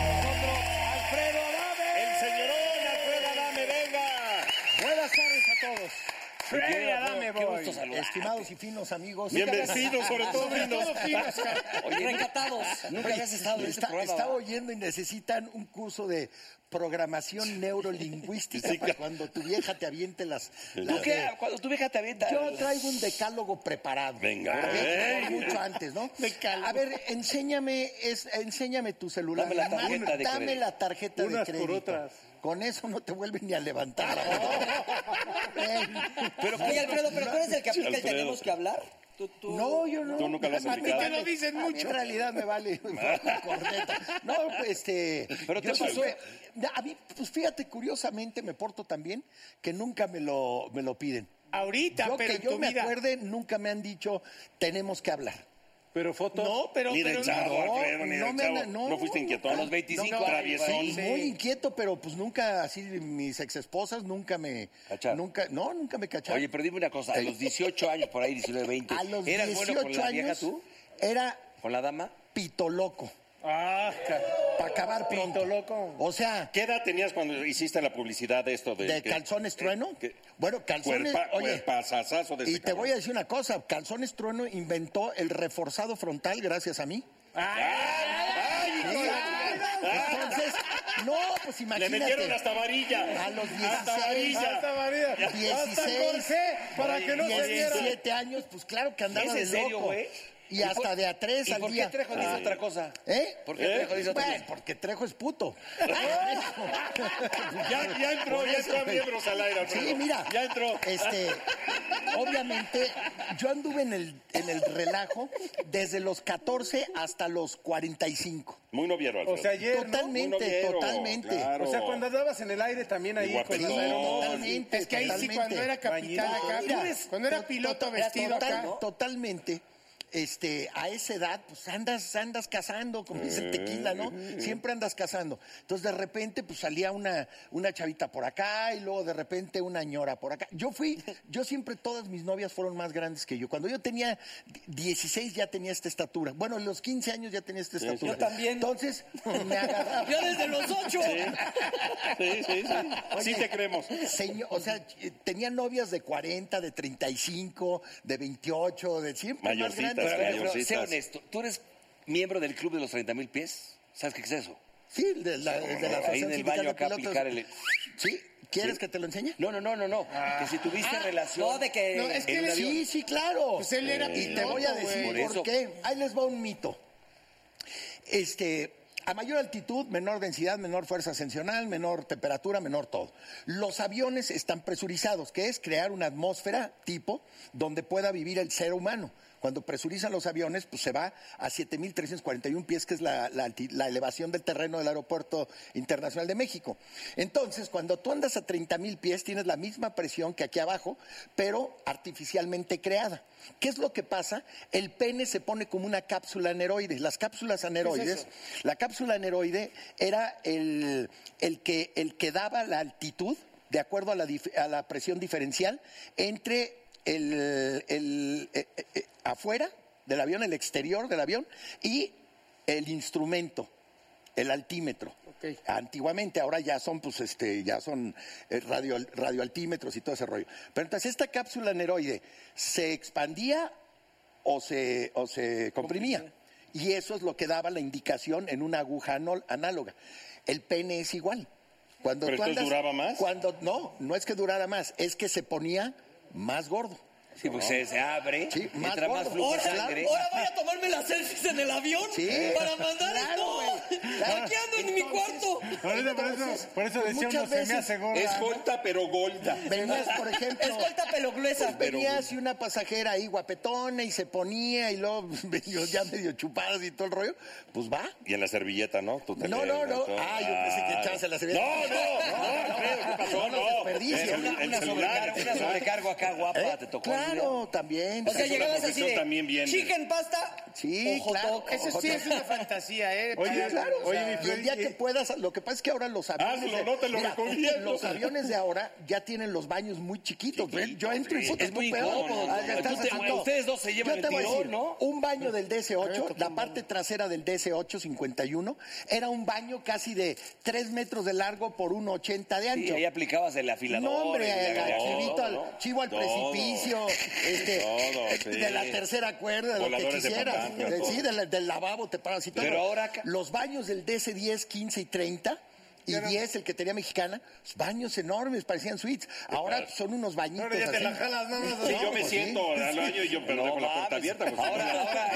S6: Alfredo Adame.
S1: ¡El señorón Alfredo Adame, venga!
S6: Buenas tardes a todos. Freddy Adame,
S4: Qué gusto
S6: boy.
S4: saludarte.
S5: Este,
S8: Estimados y finos amigos.
S1: Bienvenido, sobre todo,
S3: Sobre todo, finas, cabrón.
S4: Oye, nunca-
S5: Recatados.
S4: Nunca habías estado en este
S8: Está-
S4: programa.
S8: estaba
S4: ¿verdad?
S8: oyendo y necesitan un curso de programación neurolingüística para cuando tu vieja te aviente las...
S4: ¿Tú qué? Cuando tu vieja te avienta...
S8: Yo traigo un decálogo preparado.
S4: Venga, ¿eh?
S8: Porque
S4: venga.
S8: fue mucho antes, ¿no? A ver, enséñame, es- enséñame tu celular.
S4: Dame la
S8: Dame-
S4: tarjeta de
S8: dame
S4: crédito.
S8: la tarjeta de
S6: Unas por
S8: crédito.
S6: otras.
S8: Con eso no te vuelven ni a levantar. Eh,
S4: Pero
S5: Oye, Alfredo, ¿pero tú eres el que aplica el
S4: Alfredo.
S5: tenemos que hablar? Tú, tú...
S8: No, yo no.
S4: Tú nunca lo has
S8: A mí
S4: aplicado.
S8: me dicen mucho. En realidad me vale una corneta. No, pues, este.
S4: Pero
S8: yo
S4: te pasó.
S8: siempre- A mí, pues fíjate, curiosamente me porto tan bien que nunca me lo, me lo piden.
S2: Ahorita,
S8: yo
S2: pero
S8: que
S2: en
S8: yo
S2: tu
S8: me
S2: vida.
S8: acuerde, nunca me han dicho, tenemos que hablar.
S6: Pero foto.
S2: No, pero,
S4: Ni
S2: pero
S4: del chavo,
S8: no,
S4: Alfredo, ni
S8: no
S4: del
S8: me
S4: chavo.
S8: han- no. Ah,
S4: No fuiste inquieto. A los 25,
S8: No, no,
S4: traviesón.
S8: sí, Muy inquieto, pero pues nunca, así mis exesposas nunca me.
S4: Cacharon.
S8: Nunca, no, nunca me cacharon.
S4: Oye, pero dime una cosa. A los 18 años, por ahí, 19, 20.
S8: A los
S4: ¿Eras
S8: 18
S4: bueno con la
S8: años
S4: vieja tú?
S8: era
S4: ¿Con la dama?
S8: pito loco.
S6: Ah, ca-
S8: Para acabar pronto.
S6: Pito loco.
S8: O sea,
S4: ¿Qué edad tenías cuando hiciste la publicidad de esto? De,
S8: de
S4: que- eh,
S8: calzones trueno.
S4: que-
S8: Bueno, calzones.
S4: Cuerpa,
S8: oye,
S4: cuerpazazazo de
S8: y
S4: ese
S8: te voy a
S4: cabrón.
S8: decir una cosa, Calzones Trueno inventó el reforzado frontal gracias a mí.
S4: Ah, ¡Ay, hijo de-
S8: Entonces, no, pues
S4: Le
S8: imagínate.
S4: metieron hasta varilla.
S8: A los 16.
S4: Hasta varilla.
S6: Hasta María. Hasta
S8: 16.
S6: corsé, para
S8: Oye,
S6: que no se viera.
S8: 17 años, pues claro que andaba
S4: ¿Es
S8: de
S4: en serio,
S8: loco.
S4: güey?
S8: Y hasta de a tres
S4: ¿Y
S8: al
S4: por qué
S8: día.
S4: Trejo dice otra cosa?
S8: ¿Eh?
S4: ¿Por qué Trejo dice otra
S8: Bueno,
S4: cosa?
S8: porque Trejo es puto.
S9: Ah,
S4: Ya, ya entró,
S8: Por
S4: ya
S8: eso,
S4: entró a
S8: güey.
S4: miembros al aire, Alfredo.
S8: Sí, mira.
S4: Ya entró.
S8: Este, obviamente, yo anduve en el, en el relajo desde los 14 hasta los 45.
S4: Muy noviero,
S6: O
S4: Alfredo.
S6: sea, ayer. ¿no?
S8: Totalmente,
S4: Muy noviero,
S8: totalmente.
S4: claro.
S6: O sea, cuando andabas en el aire también ahí con las
S4: guapetón.
S6: aeronaves.
S8: Totalmente.
S3: Es que ahí sí,
S8: totalmente.
S3: cuando era capitán
S6: Bañito.
S3: acá,
S8: Mira,
S3: cuando era
S8: to-
S3: piloto
S8: to-
S3: vestido
S8: total-
S3: acá,
S8: Totalmente. Este, a esa edad, pues andas, andas cazando, como dice
S5: Eh,
S8: el tequila, ¿no? Siempre andas cazando. Entonces, de repente, pues salía una, una chavita por acá y luego de repente una ñora por acá. Yo fui, yo siempre, todas mis novias fueron más grandes que yo. Cuando yo tenía 16 ya tenía esta estatura. Bueno, en los 15 años ya tenía esta estatura.
S5: Yo también.
S8: Entonces, me agarraba.
S5: Yo desde los ocho.
S4: Sí, sí, sí. sí
S8: Oye,
S4: te creemos.
S8: Señor, o sea, eh, tenía novias de 40, de 35, de 28, de siempre más
S4: Mayorcitas,
S8: grandes.
S4: Pero,
S8: que yo.
S4: pero, Mayorcitas. sé honesto, ¿tú eres miembro del club de los 30 mil pies? ¿Sabes qué es eso?
S8: Sí, de la, de la
S4: Ahí en
S8: Asociación
S4: el
S8: Sindical
S4: baño
S8: de
S4: acá
S8: Pilotos.
S4: aplicar el- Ah,
S8: ¿Sí? ¿Quieres que te lo Ah, enseñe?
S4: No, no, no, no, no. que si tuviste relación.
S5: No, de que.
S3: No, es que
S4: en un
S3: él-
S8: Sí, sí, claro.
S3: Pues él era
S8: Y te voy a
S3: piloto,
S4: güey.
S8: decir por,
S4: Por eso.
S8: qué. Ahí les va un mito. Este, a mayor altitud, menor densidad, menor fuerza ascensional, menor temperatura, menor todo. Los aviones están presurizados, que es crear una atmósfera tipo donde pueda vivir el ser humano. Cuando presurizan los aviones, pues se va a 7.341 pies, que es la, la alti- la elevación del terreno del Aeropuerto Internacional de México. Entonces, cuando tú andas a 30.000 pies, tienes la misma presión que aquí abajo, pero artificialmente creada. ¿Qué es lo que pasa? El pene se pone como una cápsula aneroide. Las cápsulas aneroides, la cápsula aneroide era el, el que, el que daba la altitud de acuerdo a la, dif- a la presión diferencial entre el, el- eh, eh, eh, afuera del avión, el exterior del avión y el instrumento, el altímetro. Antiguamente, ahora ya son, pues, este, ya son eh, radio, radioaltímetros y todo ese rollo. Pero entonces esta cápsula aneroide se expandía o se, o se comprimía. Y eso es lo que daba la indicación en una aguja anol- análoga. El pene es igual. Cuando
S4: ¿Pero
S8: tú
S4: entonces
S8: andas-
S4: duraba más?
S8: Cuando, no, no es que durara más, es que se ponía más gordo.
S4: Sí, pues se, se abre,
S8: Sí, más
S4: entra más
S8: gordo.
S4: flujo de
S8: Ahora-
S4: sangre.
S5: Ahora voy a tomarme las selfies en el avión
S8: Sí.
S5: para mandar
S8: Claro,
S5: esto.
S8: güey, claro.
S5: Aquí ando en mi
S8: Entonces,
S5: cuarto.
S6: Por eso, por
S8: Entonces,
S6: eso, por eso
S8: pues,
S6: decía uno,
S8: muchas
S6: se me
S8: veces
S6: hace gorda.
S4: Es golda, pero golda.
S8: Venías, por ejemplo.
S5: Escolta pelogluesa.
S8: Venía así una pasajera ahí guapetona y se ponía y luego medio- ya medio chupadas y todo el rollo, pues va.
S4: Y en la servilleta, ¿no? Tú te
S8: No, no,
S4: levantas,
S8: no. Ah, yo pensé que echabas en la
S4: No,
S8: servilleta.
S4: no, no, Alfredo, ¿qué pasó?
S8: No,
S4: No,
S8: desperdicio.
S4: El-
S8: Una-
S4: el
S8: una
S4: celular.
S8: sobrecarga, una
S4: sobrecargo acá guapa,
S8: ¿Eh? Claro, también.
S5: O sea,
S4: Es una
S5: llegabas así
S4: profesión
S5: de
S4: también bien.
S5: chicken pasta
S8: Sí,
S5: o hot
S8: claro.
S5: dog.
S3: eso sí es una fantasía, ¿eh?
S6: Oye,
S8: Sí,
S3: Para-
S8: claro.
S6: oye,
S8: o sea,
S6: mi
S8: y el día
S6: Freddy,
S8: que
S6: eh,
S8: puedas, lo que pasa es que ahora los aviones.
S4: Hazlo, no te lo recomiendo.
S8: Los aviones de ahora ya tienen los baños muy chiquitos.
S4: Chiquitos,
S8: Yo entro y
S4: sí.
S8: puta,
S4: Es muy
S8: tú peor.
S4: incómodo,
S8: Ah,
S4: ¿no?
S8: ya estás
S4: Tú te-
S8: haciendo-
S4: ustedes dos se llevan
S8: Yo te
S4: el
S8: voy a
S4: tirón,
S8: decir,
S4: ¿no?
S8: Un baño del DC-8, la parte trasera del DC-851, era un baño casi de 3 metros de largo por 1,80 de
S4: Sí,
S8: ancho.
S4: ahí aplicabas el afilador.
S8: No, hombre,
S4: el
S8: al
S4: agarrador,
S8: chivito, al,
S4: ¿no?
S8: chivo al
S4: Todo.
S8: precipicio, este,
S4: Todo, sí.
S8: de la tercera cuerda, de lo que
S4: Voladores de
S8: quisieras.
S4: pantalla,
S8: De- sí,
S4: todo.
S8: del, del lavabo te paras y todo.
S4: Pero ahora acá-
S8: Los baños del DC 10, 15 y 30 y 10 el que tenía mexicana, baños enormes, parecían suites. Ahora son unos bañitos.
S1: Ahora ya te
S8: Pues así.
S1: la jalas, nada más.
S8: Sí,
S1: Sí, yo me
S8: pues,
S1: siento
S8: sí.
S1: al baño y yo, pero dejo la puerta abierta. Pues, ahora, ahora.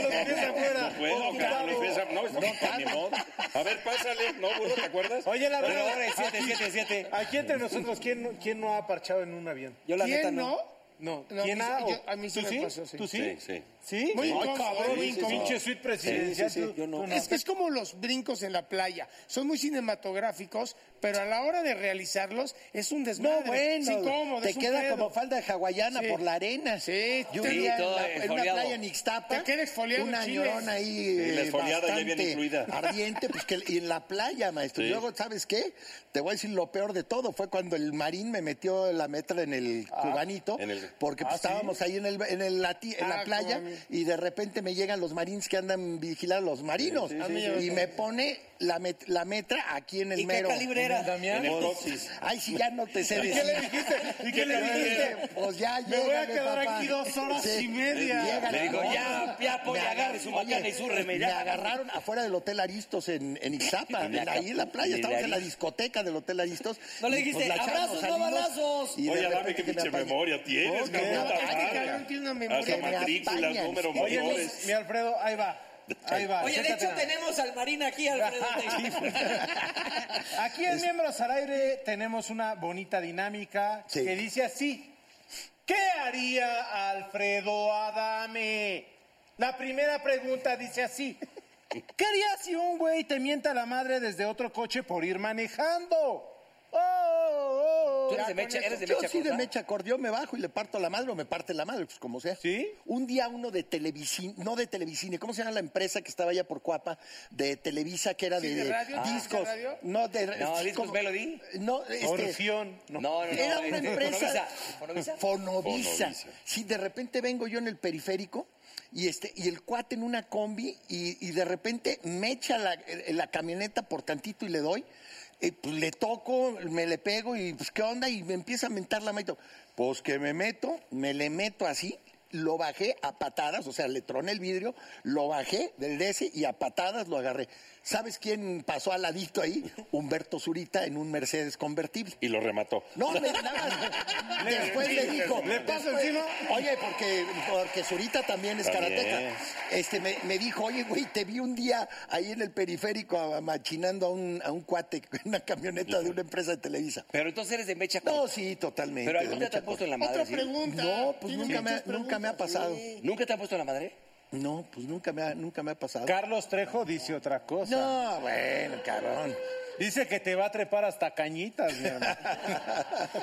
S6: afuera,
S1: No puedo, Carlos, los pies af- No, está bien, ni modo. A ver, pásale. No, burro, ¿te acuerdas?
S6: Oye, la
S1: Bueno,
S6: verdad, Ah,
S1: ahora es siete, siete,
S6: Aquí entre nosotros, ¿quién, no- quién no ha parchado en un avión?
S3: Yo la ¿Quién neta no.
S6: No,
S3: No,
S6: ¿quién
S3: yo-
S6: ha? o-
S3: yo- a mí sí
S6: ¿Tú
S3: me
S6: sí?
S3: pasó, sí.
S6: ¿Tú sí?
S1: Sí, sí.
S6: ¿Sí?
S3: Muy
S6: Ay,
S3: incómodo,
S6: cabrón,
S3: muy incómodo.
S6: Pinche suite presidencial.
S5: Sí, sí, sí, yo no.
S6: tú
S3: Es que es como los brincos en la playa. Son muy cinematográficos, pero a la hora de realizarlos es un desmadre.
S8: No, bueno,
S3: es incómodo,
S8: te
S3: es un
S8: queda
S3: pedo.
S8: como falda hawaiana
S3: Sí.
S8: por la arena.
S3: Sí,
S8: Yo
S3: te-
S8: vivía en,
S4: todo
S8: la- en una
S4: exfoliado.
S8: playa en Ixtapa,
S3: Te queda exfoliado en
S8: una
S3: chiles.
S8: ñorona ahí
S1: Sí, la
S8: eh,
S1: exfoliada ya viene
S8: bastante
S1: incluida.
S8: ardiente, pues que y en la playa, maestro.
S1: Sí.
S8: Luego, ¿sabes qué? Te voy a decir lo peor de todo, fue cuando el marín me metió la metra en el cubanito,
S1: Ah, en el- Ah,
S8: porque pues, estábamos ahí en el en el lati- en
S3: Ah,
S8: la playa
S3: cómo no.
S8: y de repente me llegan los marines que andan vigilando a los marinos
S3: sí, sí,
S8: y
S3: sí.
S8: me pone la, met- la metra aquí en el
S5: ¿Y qué
S8: mero.
S5: calibre era?
S1: En el coxis.
S8: Ay, si ya no te sé
S6: ¿Y
S8: decir.
S6: qué le dijiste? ¿Y qué le dijiste?
S8: Pues ya,
S6: Me voy a
S8: llégale,
S6: quedar
S8: papá.
S6: aquí dos horas
S8: Sí.
S6: y media.
S8: Llégale.
S4: Le digo,
S8: No.
S4: ya, ya, pues,
S8: Me
S4: agarre su
S8: agarraron-
S4: macana y súrreme, ya.
S8: Me agarraron afuera del Hotel Aristos en, en Ixtapa,
S4: En la-
S8: en- ahí en la
S4: en
S8: playa. Estábamos
S4: la-
S8: en la discoteca del Hotel Aristos.
S5: No le
S8: Y, pues,
S5: dijiste,
S8: la echamos,
S5: "Abrazos, no
S8: salimos",
S5: balazos.
S8: y de
S1: Oye, dame
S8: repente
S1: qué
S8: que me
S1: pinche
S8: apañe.
S1: memoria tienes,
S8: Oh,
S1: cabrón,
S8: no,
S1: la
S8: ay,
S1: madre.
S3: cabrón, tiene una
S1: Hasta
S3: memoria.
S1: matrículas,
S8: Me
S1: número,
S8: apañan.
S6: Oye, mi,
S1: motores.
S6: mi Alfredo, ahí va. Ahí va.
S5: Oye, de
S6: chécate
S5: hecho
S6: la-
S5: tenemos al marín aquí, Alfredo.
S6: Aquí en Miembros al Aire tenemos una bonita dinámica
S8: Sí.
S6: que dice así. ¿Qué haría Alfredo Adame? La primera pregunta dice así. ¿Qué harías si un güey te mienta la madre desde otro coche por ir manejando? Oh, oh, oh.
S4: Tú eres
S6: Ya
S4: de
S6: con
S4: mecha,
S6: eso-
S4: eres de
S8: Yo
S4: mecha
S8: sí de
S4: corta.
S8: mecha corta, yo me bajo y le parto la madre o me parte la madre, pues como sea.
S6: ¿Sí?
S8: Un día uno de Televisine, no de Televisine, ¿cómo se llama la empresa que estaba allá por Cuapa? De Televisa, que era
S3: Sí,
S8: de,
S3: de radio, ¿sí, de
S8: discos.
S4: ¿Ah,
S3: radio?
S8: No, de
S4: No, Discos
S8: ¿cómo?
S4: Melody.
S8: No, este,
S6: Orfeón. No.
S4: No, no, no.
S8: Era una
S4: es-
S8: empresa.
S4: Fonovisa. Fonovisa.
S8: Fonovisa.
S1: Fonovisa.
S8: Sí, de repente vengo yo en el periférico y este y el cuate en una combi y, y de repente me echa la, eh, la camioneta por tantito y le doy. eh, pues le toco, me le pego y pues qué onda y me empieza a mentar la maito. Pues que me meto, me le meto así, lo bajé a patadas, o sea, le troné el vidrio, lo bajé del DS y a patadas lo agarré. ¿Sabes quién pasó al ladito ahí? Humberto Zurita en un Mercedes convertible.
S1: Y lo remató.
S8: No, le, nada más. Después le dijo.
S6: Le paso encima.
S8: Oye, porque, porque Zurita también es
S1: También.
S8: karateca. Este, me, me dijo, oye, güey, te vi un día ahí en el periférico a- machinando a un, a un cuate en una camioneta de una empresa de Televisa.
S4: Pero entonces eres de mecha corta.
S8: No, sí, totalmente.
S4: Pero algún día te han puesto en la madre.
S3: Otra
S4: ¿sí?
S3: pregunta.
S8: No, pues
S3: Tiene
S8: nunca me, ha-
S3: muchas
S8: nunca me ha
S3: preguntas.
S8: pasado.
S4: ¿Nunca te han puesto en la madre?
S8: No, pues nunca me ha, nunca me ha pasado.
S6: Carlos Trejo dice otra cosa.
S8: No, bueno, cabrón.
S6: Dice que te va a trepar hasta cañitas, mi hermano.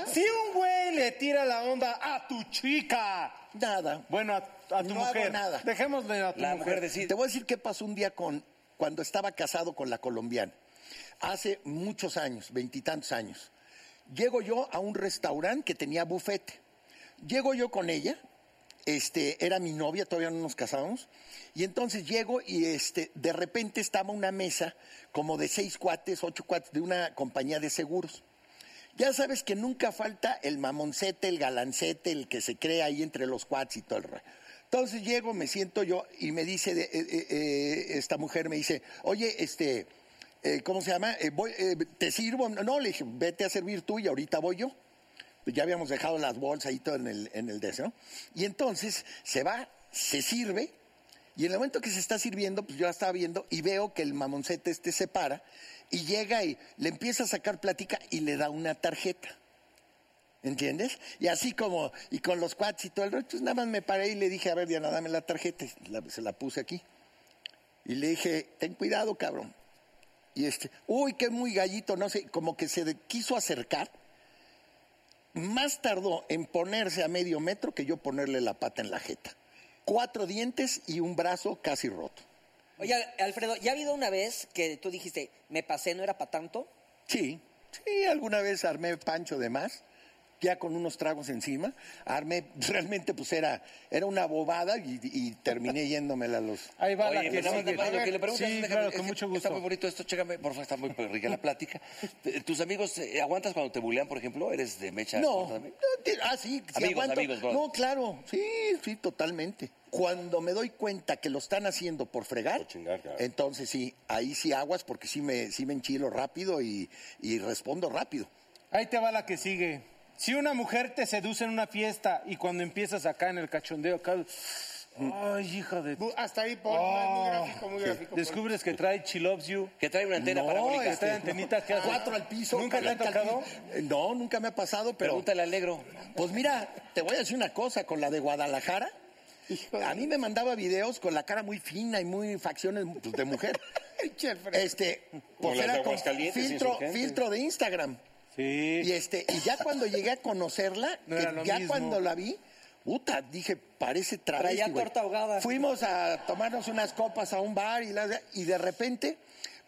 S6: si un güey le tira la onda a tu chica,
S8: Nada.
S6: Bueno, a, a tu
S8: No hago
S6: mujer.
S8: nada.
S6: Dejémosle a tu
S4: La
S6: mujer.
S4: mujer decide.
S8: Te voy a decir qué pasó un día con cuando estaba casado con la colombiana. Hace muchos años, veintitantos años. Llego yo a un restaurante que tenía bufete. Llego yo con ella, este, era mi novia, todavía no nos casábamos, y entonces llego y este, de repente estaba una mesa como de seis cuates, ocho cuates, de una compañía de seguros. Ya sabes que nunca falta el mamoncete, el galancete, el que se cree ahí entre los cuates y todo el rollo. Entonces llego, me siento yo y me dice, de- eh, eh, eh, esta mujer me dice, oye, este, eh, ¿cómo se llama? Eh, voy, eh, ¿Te sirvo? No, le dije, vete a servir tú y ahorita voy yo. Pues ya habíamos dejado las bolsas y todo en el, en el deseo. Y entonces se va, se sirve, y en el momento que se está sirviendo, pues yo la estaba viendo y veo que el mamoncete este se para y llega y le empieza a sacar plática y le da una tarjeta. ¿Entiendes? Y así como, y con los cuates y todo el rollo, entonces nada más me paré y le dije, a ver, Diana, dame la tarjeta. Y la- se la puse aquí. Y le dije, ten cuidado, cabrón. Y este, uy, qué muy gallito, no sé, como que se de- quiso acercar. Más tardó en ponerse a medio metro que yo ponerle la pata en la jeta. Cuatro dientes y un brazo casi roto.
S10: Oye, Alfredo, ¿ya ha habido una vez que tú dijiste, me pasé, no era para tanto?
S8: Sí, sí, alguna vez armé pancho de más. ya con unos tragos encima, armé, realmente pues era, era una bobada y, y terminé yéndomela a los...
S4: Ahí
S8: va la
S4: Oye,
S8: que
S4: pero
S8: sigue.
S4: nada más, lo que le preguntas,
S8: Sí,
S4: déjame,
S8: claro,
S4: es
S8: con
S4: que
S8: mucho
S4: Está
S8: gusto.
S4: muy bonito esto, chécame, por favor, está muy rica la plática. Eh, ¿Tus amigos eh, aguantas cuando te bulean, por ejemplo? ¿Eres de mecha?
S8: No,
S4: corta
S8: no
S4: también?
S8: te- ah, sí, sí
S4: Amigos,
S8: aguanto.
S4: amigos, brother.
S8: no, claro, sí, sí, totalmente. Cuando me doy cuenta que lo están haciendo por fregar, entonces sí, ahí sí aguas porque sí me, sí me enchilo rápido y, y respondo rápido.
S6: Ahí te va la que sigue. Si una mujer te seduce en una fiesta y cuando empiezas acá en el cachondeo, acá... Ay, hija de... Ah.
S3: Hasta ahí, por muy gráfico, muy gráfico. Paul.
S6: Descubres que trae She Loves You.
S4: Que trae una
S3: antena
S6: no,
S3: parabólica.
S6: Que trae antenitas que hace-
S8: Cuatro al piso.
S6: ¿Nunca te ha
S8: caliente al
S6: tocado?
S8: piso. Eh, No, nunca me ha pasado, pero...
S4: Pregúntale al negro.
S8: Pues mira, te voy a decir una cosa, con la de Guadalajara, a mí me mandaba videos con la cara muy fina y muy facciones pues, de mujer. este,
S1: Como
S8: pues
S1: las de
S8: era con
S1: Aguascalientes,
S8: filtro,
S1: insurgentes.
S8: filtro de Instagram.
S6: Sí.
S8: Y este, y ya cuando llegué a conocerla,
S6: No
S8: que
S6: era lo
S8: ya
S6: mismo.
S8: cuando la vi, puta, dije, parece travesti.
S6: Traía
S8: güey.
S6: torta ahogada.
S8: Fuimos a tomarnos unas copas a un bar y, la- y de repente,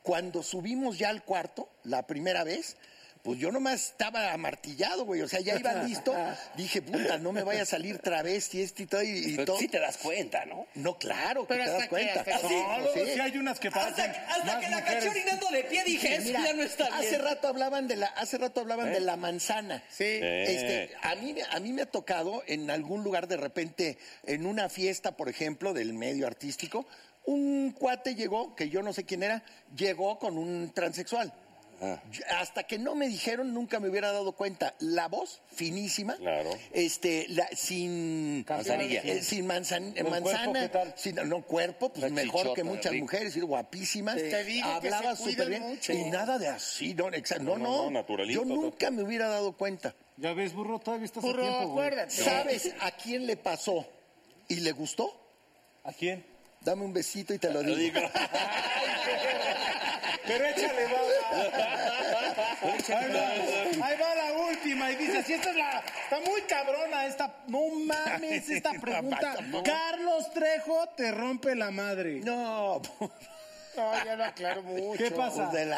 S8: cuando subimos ya al cuarto, la primera vez, pues yo nomás estaba amartillado, güey. O sea, ya iba listo. Dije, puta, no me vaya a salir travesti este y todo. Y, y
S4: Pero
S8: todo.
S4: sí te das cuenta, ¿no?
S8: No, claro, que
S4: Pero
S8: te das
S4: hasta que-
S8: cuenta.
S4: hasta que-
S8: Sí,
S4: No,
S8: sí.
S6: sí hay unas que
S8: Hasta-
S6: parecen
S8: hasta
S6: más
S8: que la
S6: mujeres.
S8: caché orinando de pie, dije,
S6: Sí,
S8: "Eso
S6: mira,
S8: ya no está bien".
S6: hace
S8: rato hablaban de la, hace rato hablaban
S6: ¿Eh?
S8: de la manzana. Sí.
S6: Eh.
S8: Este, a mí, a mí me ha tocado en algún lugar de repente, en una fiesta, por ejemplo, del medio artístico, un cuate llegó, que yo no sé quién era, llegó con un transexual.
S4: Ah.
S8: Yo- Hasta que no me dijeron, nunca me hubiera dado cuenta. La voz finísima, este, la- sin
S4: Manzanilla.
S8: eh, sin manzan-
S4: ¿Con
S8: manzana,
S4: cuerpo, qué tal?
S8: sin no cuerpo, pues
S4: Una
S8: mejor
S4: chichota,
S8: que muchas
S4: rico.
S8: mujeres, y guapísimas,
S4: Sí. Te digo que
S8: hablaba
S4: se cuidan
S8: súper bien
S4: mucho.
S8: y nada de así, no, exa-
S4: No,
S8: no, no,
S4: no, no, naturalito,
S8: yo nunca me hubiera dado cuenta.
S6: Ya ves, burro, todavía estás
S8: Burro,
S6: a tiempo, güey.
S8: acuérdate. ¿Sabes a quién le pasó y le gustó?
S6: ¿A quién?
S8: Dame un besito y te lo digo.
S6: Pero échale baba. Ahí va, ahí va la última y dice, si esta es la... Está muy cabrona esta... No mames esta pregunta. Carlos Trejo te rompe la madre.
S8: No.
S3: No, ya lo aclaro mucho.
S6: ¿Qué pasa?
S3: Pues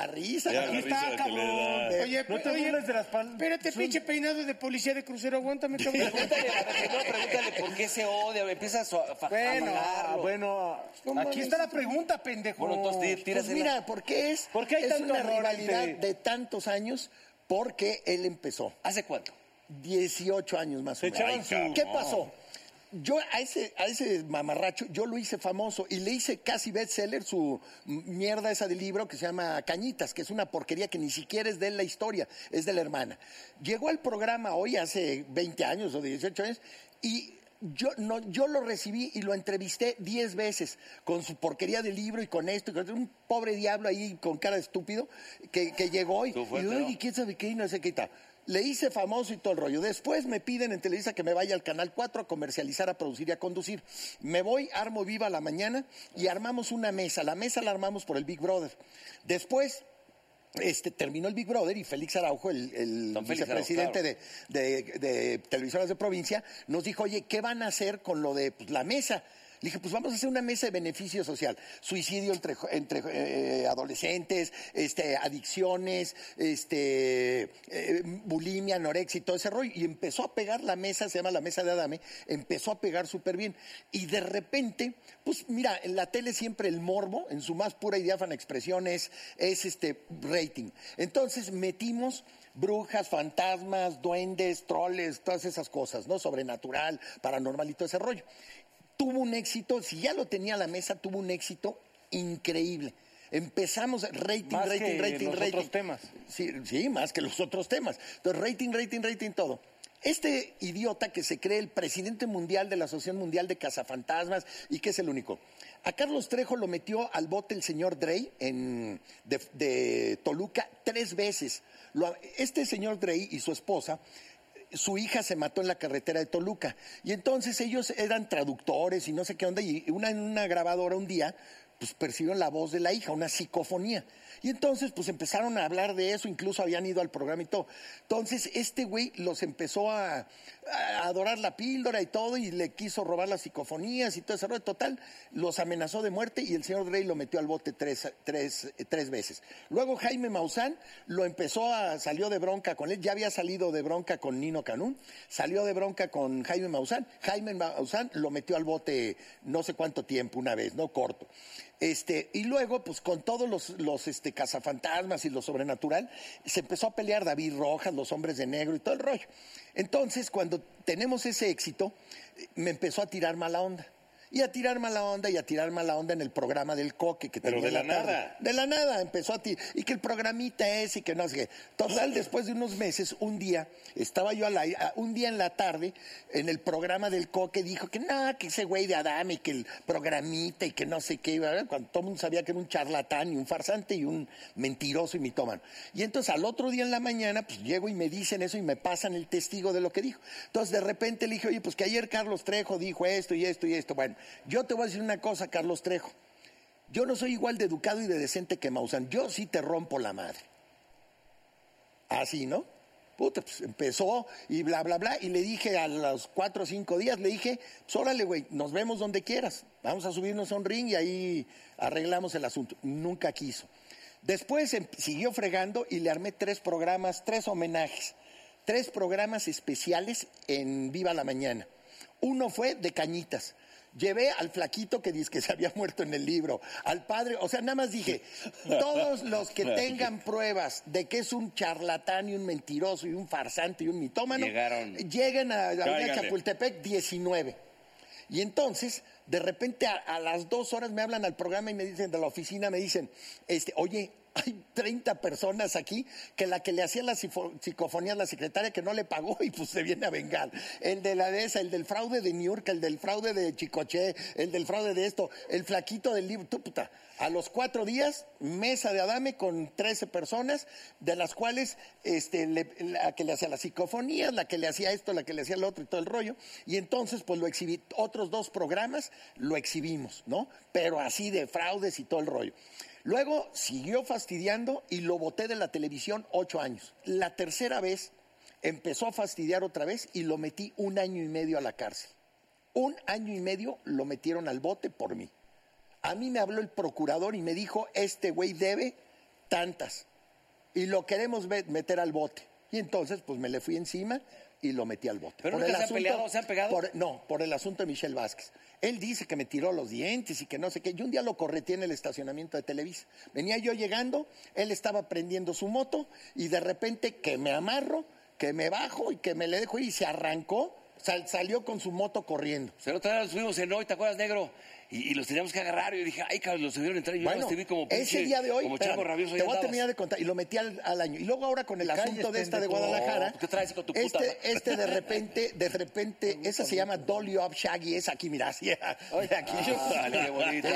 S6: Aquí está, cabrón.
S3: Oye,
S6: no te
S3: oye,
S6: burles de las palmas.
S3: Espérate, pinche peinado de policía de crucero, aguántame, cabrón.
S10: Pregúntale, primero pregúntale por qué se odia, empieza a su- a fa-
S6: Bueno,
S8: ah,
S10: amagarlo.
S6: bueno, aquí está la pregunta, pendejo.
S8: Bueno, entonces, pues mira, ¿por qué es?
S6: ¿Por qué hay
S8: es
S6: tanto
S8: una
S6: amor
S8: rivalidad
S6: entre-
S8: de tantos años porque él empezó.
S4: ¿Hace cuánto?
S8: 18 años más o
S6: Se
S8: menos.
S6: echaban su-
S8: ¿Qué
S6: no.
S8: pasó? Yo a ese, a ese mamarracho, yo lo hice famoso y le hice casi bestseller su mierda esa de libro que se llama Cañitas, que es una porquería que ni siquiera es de él la historia, es de la hermana. Llegó al programa hoy hace 20 años o 18 años y yo, no, yo lo recibí y lo entrevisté 10 veces con su porquería de libro y con esto, y con un pobre diablo ahí con cara de estúpido que, que llegó y,
S4: fuerte,
S8: y,
S4: ¿no?
S8: "Oye, quién sabe qué y no sé qué y tal. Le hice famoso y todo el rollo. Después me piden en Televisa que me vaya al Canal 4 a comercializar, a producir y a conducir. Me voy, armo viva la mañana y armamos una mesa. La mesa la armamos por el Big Brother. Después este, terminó el Big Brother y Félix Araujo, el, el
S4: Don Félix
S8: vicepresidente
S4: Araujo,
S8: de, de- de Televisoras de Provincia, nos dijo, oye, ¿qué van a hacer con lo de pues, la mesa? Le dije, pues vamos a hacer una mesa de beneficio social. Suicidio entre, jo- entre eh, adolescentes, este, adicciones, este, eh, bulimia, anorexia y todo ese rollo. Y empezó a pegar la mesa, se llama la mesa de Adame, empezó a pegar súper bien. Y de repente, pues mira, en la tele siempre el morbo, en su más pura y diáfana expresión, es, es este rating. Entonces metimos brujas, fantasmas, duendes, troles, todas esas cosas, ¿no? Sobrenatural, paranormal y todo ese rollo. Tuvo un éxito, si ya lo tenía a la mesa, tuvo un éxito increíble. Empezamos rating,
S6: Más
S8: rating,
S6: que
S8: rating,
S6: los
S8: rating.
S6: otros temas.
S8: Sí, sí, más que los otros temas. Entonces, rating, rating, rating, todo. Este idiota que se cree el presidente mundial de la Asociación Mundial de Cazafantasmas y que es el único. A Carlos Trejo lo metió al bote el señor Drey en, de, de Toluca tres veces. Lo- este señor Drey y su esposa su hija se mató en la carretera de Toluca. Y entonces ellos eran traductores y no sé qué onda. Y una en una grabadora un día pues percibieron la voz de la hija, una psicofonía. Y entonces, pues empezaron a hablar de eso, incluso habían ido al programa y todo. Entonces, este güey los empezó a, a adorar la píldora y todo, y le quiso robar las psicofonías y todo ese rollo. Total, los amenazó de muerte y el señor Rey lo metió al bote tres, tres, eh, tres veces. Luego Jaime Maussan lo empezó a, salió de bronca con él, ya había salido de bronca con Nino Canún, salió de bronca con Jaime Maussan. Jaime Maussan lo metió al bote no sé cuánto tiempo, una vez, no corto. Este, y luego, pues con todos los, los este, cazafantasmas y lo sobrenatural, se empezó a pelear David Rojas, los hombres de negro y todo el rollo. Entonces, cuando tenemos ese éxito, eh, me empezó a tirar mala onda. Y a tirar mala onda y a tirar mala onda en el programa del coque que
S4: Pero
S8: tenía
S4: de
S8: en
S4: la
S8: tarde.
S4: nada.
S8: De la nada empezó a ti. Y que el programita es y que no sé qué. Total, después de unos meses, un día, estaba yo al aire, a- un día en la tarde, en el programa del Coque, dijo que no, que ese güey de Adame, y que el programita y que no sé qué, ¿verdad? cuando todo el mundo sabía que era un charlatán y un farsante y un mentiroso y mitómano. Y entonces al otro día en la mañana, pues llego y me dicen eso y me pasan el testigo de lo que dijo. Entonces de repente le dije, oye, pues que ayer Carlos Trejo dijo esto y esto y esto. Bueno, yo te voy a decir una cosa, Carlos Trejo. Yo no soy igual de educado y de decente que Maussan. Yo sí te rompo la madre. Así, ¿no? Puta, pues empezó y bla, bla, bla. Y le dije a los cuatro o cinco días, le dije, pues órale, güey, nos vemos donde quieras. Vamos a subirnos a un ring y ahí arreglamos el asunto. Nunca quiso. Después em- siguió fregando y le armé tres programas, tres homenajes, tres programas especiales en Viva la Mañana. Uno fue de cañitas. Llevé al flaquito que dice que se había muerto en el libro, al padre, o sea, nada más dije, todos los que tengan pruebas de que es un charlatán y un mentiroso y un farsante y un mitómano,
S4: Llegaron.
S8: lleguen a la avenida
S4: Cáiganle.
S8: Chapultepec 19. Y entonces, de repente, a, a las dos horas me hablan al programa y me dicen de la oficina, me dicen, este, oye, hay 30 personas aquí que la que le hacía las sifo- psicofonías la secretaria que no le pagó y pues se viene a vengar. El de la de esa, el del fraude de New York, el del fraude de Chicoche, el del fraude de esto, el flaquito del libro, tú puta. A los cuatro días, mesa de Adame con 13 personas, de las cuales este, le- la que le hacía las psicofonías, la que le hacía esto, la que le hacía lo otro y todo el rollo. Y entonces, pues lo exhibí, otros dos programas lo exhibimos, ¿no? Pero así de fraudes y todo el rollo. Luego siguió fastidiando y lo boté de la televisión ocho años. La tercera vez empezó a fastidiar otra vez y lo metí un año y medio a la cárcel. Un año y medio lo metieron al bote por mí. A mí me habló el procurador y me dijo, este güey debe tantas y lo queremos ve- meter al bote. Y entonces, pues me le fui encima y lo metí al bote.
S4: ¿Pero nunca se han peleado, se han pegado?
S8: por- no, por el asunto de Michelle Vázquez. Él dice que me tiró los dientes y que no sé qué. Yo un día lo correteé en el estacionamiento de Televisa. Venía yo llegando, él estaba prendiendo su moto y de repente que me amarro, que me bajo y que me le dejo ir y se arrancó, sal- salió con su moto corriendo.
S4: Se lo trajeron, subimos en hoy, ¿te acuerdas, negro? Y, y los teníamos que agarrar. Y yo dije, ay, cabrón, los subieron a entrar. Y yo nada
S8: Bueno,
S4: más te vi como
S8: ese
S4: pinche-
S8: día de hoy,
S4: Como
S8: espérame,
S4: chango rabioso. ahí
S8: te voy a
S4: andabas.
S8: terminar de contar y lo metí al, al año. Y luego ahora con el asunto de esta de
S4: pendejo.
S8: Guadalajara,
S4: ¿Qué traes con tu puta madre?
S8: este, este de repente, de repente, esa se llama Dolly Up Shaggy, es aquí, mira, así, de aquí.
S4: Dale, qué bonito.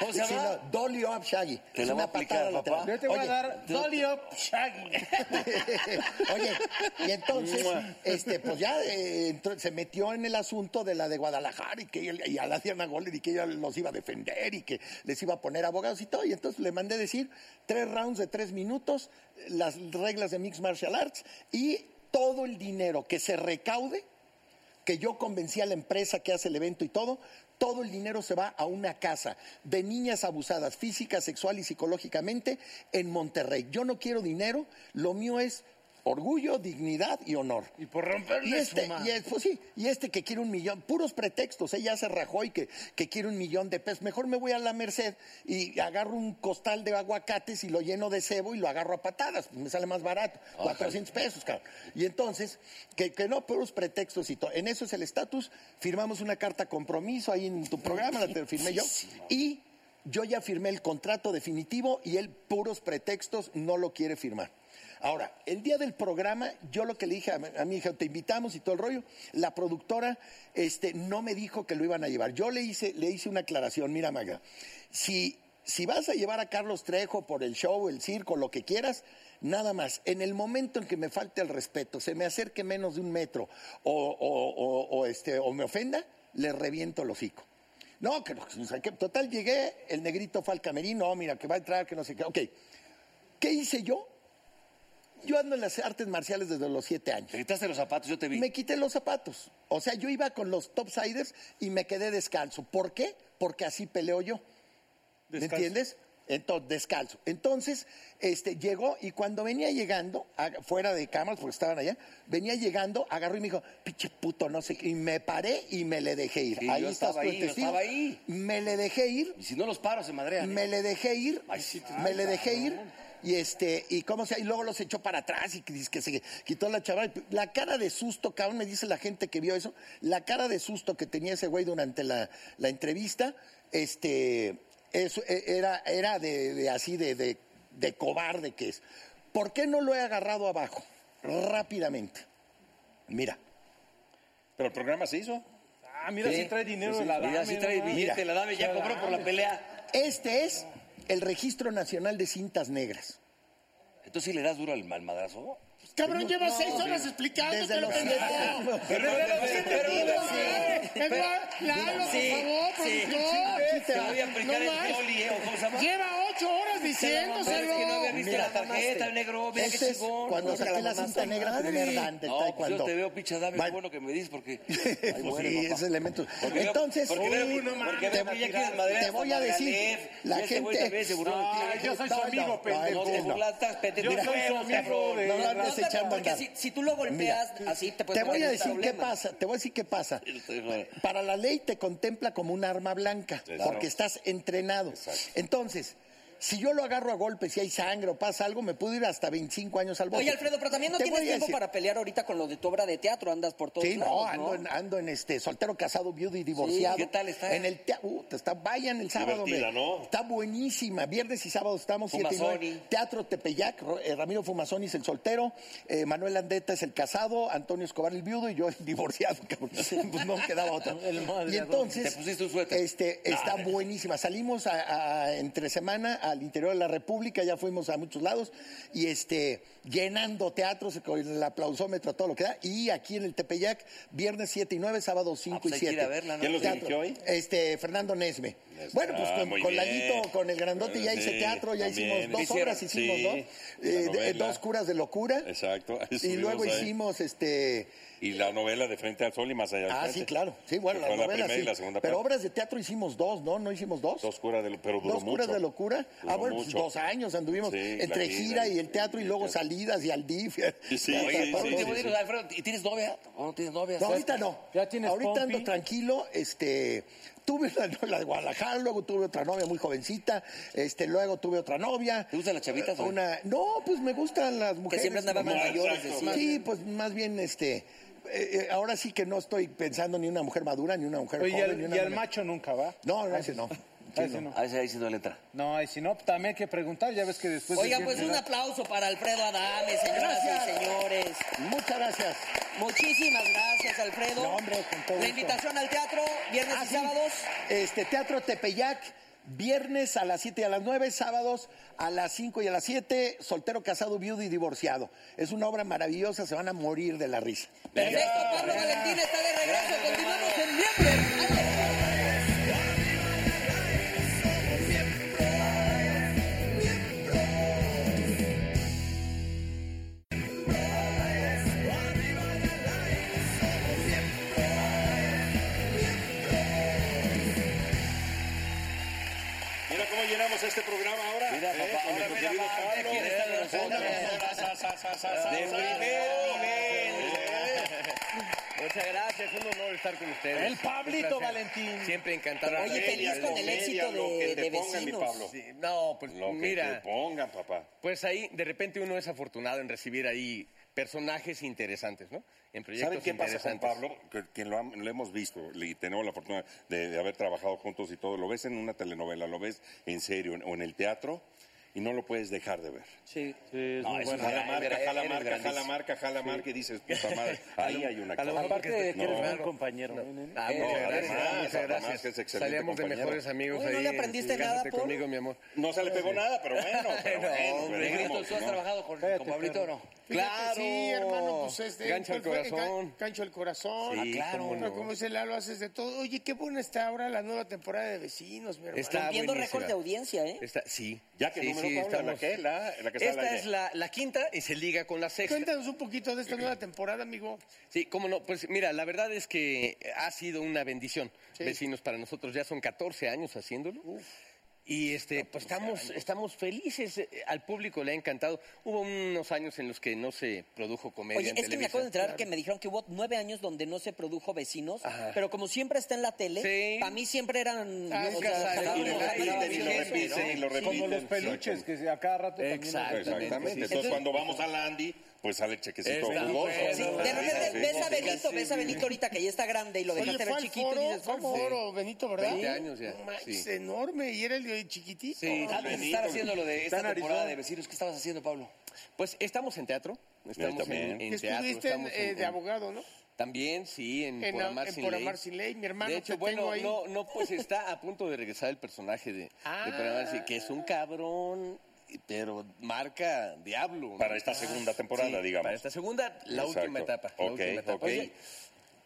S4: ¿Cómo se
S8: Sí,
S4: llama?
S8: no, Dolly Up Shaggy.
S4: Te
S8: es
S4: la voy a
S8: una
S4: aplicar,
S8: patada
S4: papá.
S8: lateral.
S4: Yo te voy a
S8: Oye,
S4: dar
S8: Dolly
S2: Up Shaggy.
S8: Oye, y entonces,
S2: Mua.
S8: este, pues ya eh, entró- se metió en el asunto de la de Guadalajara y que él- y a la Diana Gold y que ella los iba a defender y que les iba a poner abogados y todo. Y entonces le mandé decir tres rounds de tres minutos, las reglas de Mixed Martial Arts y todo el dinero que se recaude que yo convencí a la empresa que hace el evento y todo, todo el dinero se va a una casa de niñas abusadas física, sexual y psicológicamente en Monterrey. Yo no quiero dinero, lo mío es orgullo, dignidad y honor. Y por
S2: romperle
S8: y este,
S2: su madre.
S8: y es- pues sí, y este que quiere un millón, puros pretextos, ella se rajó y que, que quiere un millón de pesos. Mejor me voy a la Merced y agarro un costal de aguacates y lo lleno de cebo y lo agarro a patadas, pues me sale más barato, 400 pesos, cabrón. Y entonces, que, que no, puros pretextos y todo. En eso es el estatus, firmamos una carta compromiso ahí en tu programa, la te firmé yo, y yo ya firmé el contrato definitivo y él, puros pretextos, no lo quiere firmar. Ahora, el día del programa, yo lo que le dije a, mi- a mi hija, te invitamos y todo el rollo, la productora este, no me dijo que lo iban a llevar. Yo le hice, le hice una aclaración, mira Maga, si, si vas a llevar a Carlos Trejo por el show, el circo, lo que quieras, nada más, en el momento en que me falte el respeto, se me acerque menos de un metro o, o- o- o, este, o me ofenda, le reviento el hocico. No, que no sé qué. Total, llegué, el negrito fue al camerino, mira, que va a entrar, que no sé qué. Ok, ¿qué hice yo? Yo ando en las artes marciales desde los siete años. ¿Te
S4: quitaste los zapatos? Yo te vi.
S8: Me quité los zapatos. O sea, yo iba con los topsiders y me quedé descalzo. ¿Por qué? Porque así peleo yo. ¿Me
S6: Descalzo.
S8: entiendes? Entonces, descalzo. Entonces, este, llegó y cuando venía llegando, a- fuera de cámaras, porque estaban allá, venía llegando, agarró y me dijo, pinche puto, no sé qué. Y me paré y me le dejé ir.
S4: Sí, yo
S8: estás
S4: estaba
S8: tú, el
S4: ahí, yo
S8: testigo.
S4: estaba ahí.
S8: Me le dejé ir.
S4: Y si no los paro, se madrean. ¿eh?
S8: Me le dejé ir. me le dejé ir. Y este, y cómo se, y luego los echó para atrás y que, dice que se quitó la chaval. La cara de susto, cabrón, me dice la gente que vio eso, la cara de susto que tenía ese güey durante la, la entrevista, este, eso eh, era, era de, de así de, de, de cobarde que es. ¿Por qué no lo he agarrado abajo? Rápidamente. Mira.
S1: Pero el programa se hizo.
S6: Ah, mira, si trae dinero la dame. Ah,
S8: Mira, sí trae billete, la dame, ya cobró por la
S4: pelea.
S8: Este es el Registro Nacional de Cintas Negras.
S4: Entonces, si le das duro al mal madrazo.
S3: Cabrón,
S8: No,
S3: llevas
S8: no,
S3: seis horas
S8: sí.
S3: explicando
S8: Desde
S3: que lo
S8: los-
S3: pendejo.
S8: Pero, pero, pero,
S3: Sí,
S8: pero,
S3: te digo,
S8: pero,
S3: güey.
S8: sí.
S3: Edward,
S8: Pero,
S3: Lalo,
S8: sí,
S3: por favor,
S8: sí.
S3: productor.
S8: Sí, te voy a aplicar el boli, ¿eh? ¿O cómo se llama?
S3: Lleva ocho horas diciéndoselo.
S8: Mira, mamaste. Ese es Cuando saqué la cinta negra primera del
S4: No, pues
S8: taekwondo.
S4: yo te veo, pinche dame, qué bueno que me dices, porque... Ay,
S8: Pues
S4: muere,
S8: sí,
S4: papá.
S8: ese elemento.
S4: Porque veo-
S8: Entonces,
S4: porque veo-
S8: Uy, no
S4: porque
S8: mames.
S4: veo
S8: te,
S4: que ya quieres madrear
S8: te
S4: hasta
S8: voy a
S4: Madrid,
S8: decir,
S4: F.
S8: la
S4: Y este güey
S8: gente.
S4: también se burló de ti.
S8: Ay,
S4: Yo soy su amigo, pendejo.
S8: no, no.
S4: Burlatas, pendejo.
S8: Mira,
S4: Yo soy su
S8: no,
S4: amigo de-
S8: No lo
S4: No
S8: andes
S4: te-
S8: echando a
S4: porque
S8: andar.
S4: si- si tú lo golpeas, así te puedes
S8: Te voy
S4: meter
S8: a
S4: en
S8: decir qué
S4: problemas.
S8: pasa. Te voy a decir qué pasa. Para la ley te contempla como un arma blanca,
S4: Claro.
S8: porque estás entrenado. Entonces, si yo lo agarro a golpes, si hay sangre o pasa algo, me puedo ir hasta 25 años al bote.
S10: Oye, Alfredo, pero también no
S8: Te
S10: tienes
S8: voy a
S10: tiempo
S8: decir-
S10: para pelear ahorita con lo de tu obra de teatro. Andas por todos
S8: Sí, no,
S10: lados,
S8: ando, En, ando en este soltero, casado, viudo y divorciado.
S10: Sí, ¿qué tal está?
S8: En el te- uh, te está, vayan el sábado.
S4: Divertida,
S8: hombre.
S4: ¿no?
S8: Está buenísima. Viernes y sábado estamos siete y
S4: Fumasoni.
S8: nueve. Teatro Tepeyac, Ro- eh, Ramiro Fumazoni es el soltero, eh, Manuel Andeta es el casado, Antonio Escobar el viudo y yo el divorciado, cabrón. Pues no quedaba otra. y entonces,
S4: Te pusiste un suéter.
S8: este, está buenísima. Salimos a- a- entre semana al interior de la República, ya fuimos a muchos lados y este, llenando teatros con el aplausómetro, todo lo que da. Y aquí en el Tepeyac, viernes 7 y 9, sábado 5
S4: pues
S8: y
S4: hay que ir
S8: 7.
S4: a verla, ¿no? ¿Quién los dirigió hoy?
S8: Este, Fernando Nesme. Bueno, pues
S4: Ah,
S8: con,
S4: muy
S8: con
S4: bien.
S8: Laguito, con el grandote, ya hice
S4: Sí,
S8: teatro, ya
S4: también.
S8: hicimos dos
S4: Hicieron,
S8: obras, hicimos
S4: sí,
S8: ¿no?
S4: la
S8: Eh, de-
S1: novela.
S8: dos curas de locura.
S1: Exacto. ahí
S8: Y
S1: estuvimos
S8: luego
S1: ahí.
S8: hicimos este.
S1: Y la novela de Frente al Sol y más allá. del
S8: Ah,
S1: Frente.
S8: sí, claro. Sí, bueno,
S1: Que
S8: las
S1: fue la
S8: novelas.
S1: primera
S8: sí.
S1: y la segunda
S8: Pero
S1: parte.
S8: obras de teatro hicimos dos, ¿no? ¿No hicimos dos?
S1: Dos curas de, lo- pero duró
S8: Dos curas
S1: mucho.
S8: de locura.
S1: Duró
S8: ah, bueno, pues,
S1: mucho.
S8: dos años anduvimos
S1: Sí, la
S8: entre gira y el teatro y luego salidas y al DIF.
S1: Sí, sí,
S8: Hasta
S1: sí,
S8: todo.
S1: sí, sí, sí.
S4: Alfredo, ¿y tienes novia? ¿O no tienes novia?
S8: No, ahorita no. ahorita ando tranquilo, este, tuve una novia de Guadalajara, luego tuve otra novia muy jovencita, este, luego tuve otra novia. ¿Te gustan las chavitas?
S4: güey?
S8: Una, no, pues me gustan las mujeres.
S4: siempre andaban
S8: más-
S4: mayores, decían.
S8: Sí, pues más bien, este, eh, eh, ahora sí que no estoy pensando ni una mujer madura, ni una mujer
S6: Oye, y
S8: joven,
S6: al,
S8: ni una
S6: y al
S8: mujer-
S6: macho nunca va.
S8: No, no, ese no.
S6: A ese no.
S4: A ese ahí sí no le entra.
S6: No, y si no, también hay que preguntar, ya ves que después...
S10: Oigan, pues un aplauso para Alfredo Adame, señoras y señores.
S8: Muchas gracias.
S10: Muchísimas gracias, Alfredo.
S8: No, hombre, con
S10: La
S8: todo gusto. Ah,
S10: invitación al teatro, viernes y sábados.
S8: Este, Teatro Tepeyac, viernes a las 7 y a las 9, sábados a las 5 y a las 7, soltero, casado, viudo y divorciado. Es una obra maravillosa, se van a morir de la risa.
S10: Perfecto, Pablo Valentín está de regreso. Continuamos en miembro.
S1: Mira cómo llenamos este programa ahora. Eh, Mira, papá, con nuestro querido Pablo.
S4: De
S11: Muchas gracias, fue un honor estar con ustedes.
S6: El Pablito
S11: Un placer.
S6: Valentín.
S11: Siempre encantado.
S6: Oye, feliz con el éxito
S11: Comedia,
S6: de-
S11: lo que
S6: de
S11: te pongan, mi
S6: Vecinos.
S11: Pablo. Sí, no, pues
S1: Lo que
S11: mira.
S1: te pongan, papá.
S11: Pues ahí, de repente uno es afortunado en recibir ahí personajes interesantes, ¿no? En proyectos
S1: ¿Saben qué pasa con
S11: interesantes.
S1: Pablo? Que, que lo, ham- lo hemos visto y tenemos la fortuna de, de haber trabajado juntos y todo. Lo ves en una telenovela, lo ves en serio en- o en el teatro. y no lo puedes dejar de ver.
S10: Sí.
S1: No,
S11: muy
S1: es
S11: bueno.
S1: jala
S11: Ay,
S1: marca,
S11: mira,
S1: jala
S11: eres
S1: marca, jala
S11: grandísimo.
S1: marca, jala
S11: Sí.
S1: marca y dices, puta madre, ahí hay una cosa.
S11: Aparte de que eres buen
S12: compañero.
S11: Ah,
S1: No,
S11: muchas
S1: Eh, además,
S11: gracias, muchas
S1: además
S11: gracias.
S1: que es excelente
S11: Salíamos de
S1: compañero.
S11: mejores amigos.
S1: Oye, ¿no
S11: ahí
S1: le
S11: en-
S1: aprendiste
S11: en Cásate
S1: nada, Paul?
S11: conmigo, mi amor.
S1: No se le pegó nada, pero bueno, pero bueno,
S11: No,
S1: pero
S11: hombre.
S1: vamos,
S11: Negrito, ¿tú has
S1: ¿no?
S11: trabajado con- con Cállate, Pablito o no?
S3: Fíjate,
S11: Claro.
S3: Sí, hermano, pues es de.
S11: Gancho al
S3: ¿cuál fue?
S11: corazón.
S3: Gan- Gancho al corazón.
S11: Sí, Ah, claro. cómo
S3: Pero
S11: no.
S3: como dice Lalo, haces de todo. Oye, qué buena está ahora la nueva temporada de Vecinos, mi hermano.
S11: Está
S3: Rompiendo
S11: buenísima.
S3: récord de
S10: audiencia, ¿eh?
S11: Está- sí.
S1: Ya que
S11: sí,
S1: número,
S11: sí,
S1: Paula,
S11: estamos-
S1: la que- la- la que está al
S11: Esta
S1: aire.
S11: es la, la quinta y se liga con la sexta.
S3: Cuéntanos un poquito de esta nueva temporada, amigo.
S11: Sí, cómo no. Pues mira, la verdad es que ha sido una bendición. Vecinos para nosotros ya son 14 años haciéndolo. Y este, pues estamos, estamos felices. Eh, Al público le ha encantado. Hubo unos años en los que no se produjo comedia.
S10: Oye,
S11: en
S10: es que me
S11: Televisa.
S10: acabo de enterar que me dijeron que hubo nueve años donde no se produjo Vecinos,
S11: Ajá.
S10: pero como siempre está en la tele, para mí siempre eran...
S11: Ah,
S10: o
S11: nunca
S10: sea,
S11: sale,
S10: sacaban
S11: y lo
S10: la
S11: repiten,
S10: jala,
S11: y lo
S10: ¿no?
S11: repiten, y lo repiten.
S6: Como los
S1: Exacto.
S6: peluches que a cada rato también nos
S1: Exactamente.
S6: regalan.
S1: Entonces, cuando vamos a Landy, pues sale el chequecito
S6: Está
S1: jugoso.
S6: bueno,
S10: Sí, de repente
S1: Sí,
S10: ves
S1: sí,
S10: a
S1: sí.
S10: Benito, ves a Benito ahorita que ya está grande y lo
S3: Oye,
S10: dejaste ver
S3: fue al
S10: chiquito
S3: foro,
S10: y dices,
S3: fue al
S10: ¿cómo?
S3: foro, Benito, ¿verdad?
S11: 20 años ya,
S3: No manches,
S11: sí.
S3: enorme. Y era el de chiquitito.
S11: Sí,
S3: Ah,
S11: Benito.
S3: estar Está en Arizona.
S11: Vecinos. ¿Qué estabas haciendo, Pablo? Pues estamos en teatro. Estamos
S1: también.
S11: en, en
S3: Que
S11: teatro.
S3: estuviste en,
S11: estamos en-
S3: eh, de
S11: en-
S3: abogado, ¿no?
S11: También, sí, en,
S3: En,
S11: Por
S3: ah,
S11: Amar
S3: en
S11: Sin
S3: Por
S11: Ley.
S3: Amar Sin Ley, mi hermano,
S11: De
S3: te
S11: hecho, bueno,
S3: tengo ahí.
S11: no, no, pues está a punto de regresar el personaje de, de Por Amar Sin- que es un cabrón, pero marca diablo. ¿no?
S1: Para esta segunda temporada,
S11: Sí,
S1: digamos.
S11: Para esta segunda, la
S1: Exacto.
S11: última etapa. la
S1: Ok,
S11: última etapa.
S1: ok.
S11: Oye,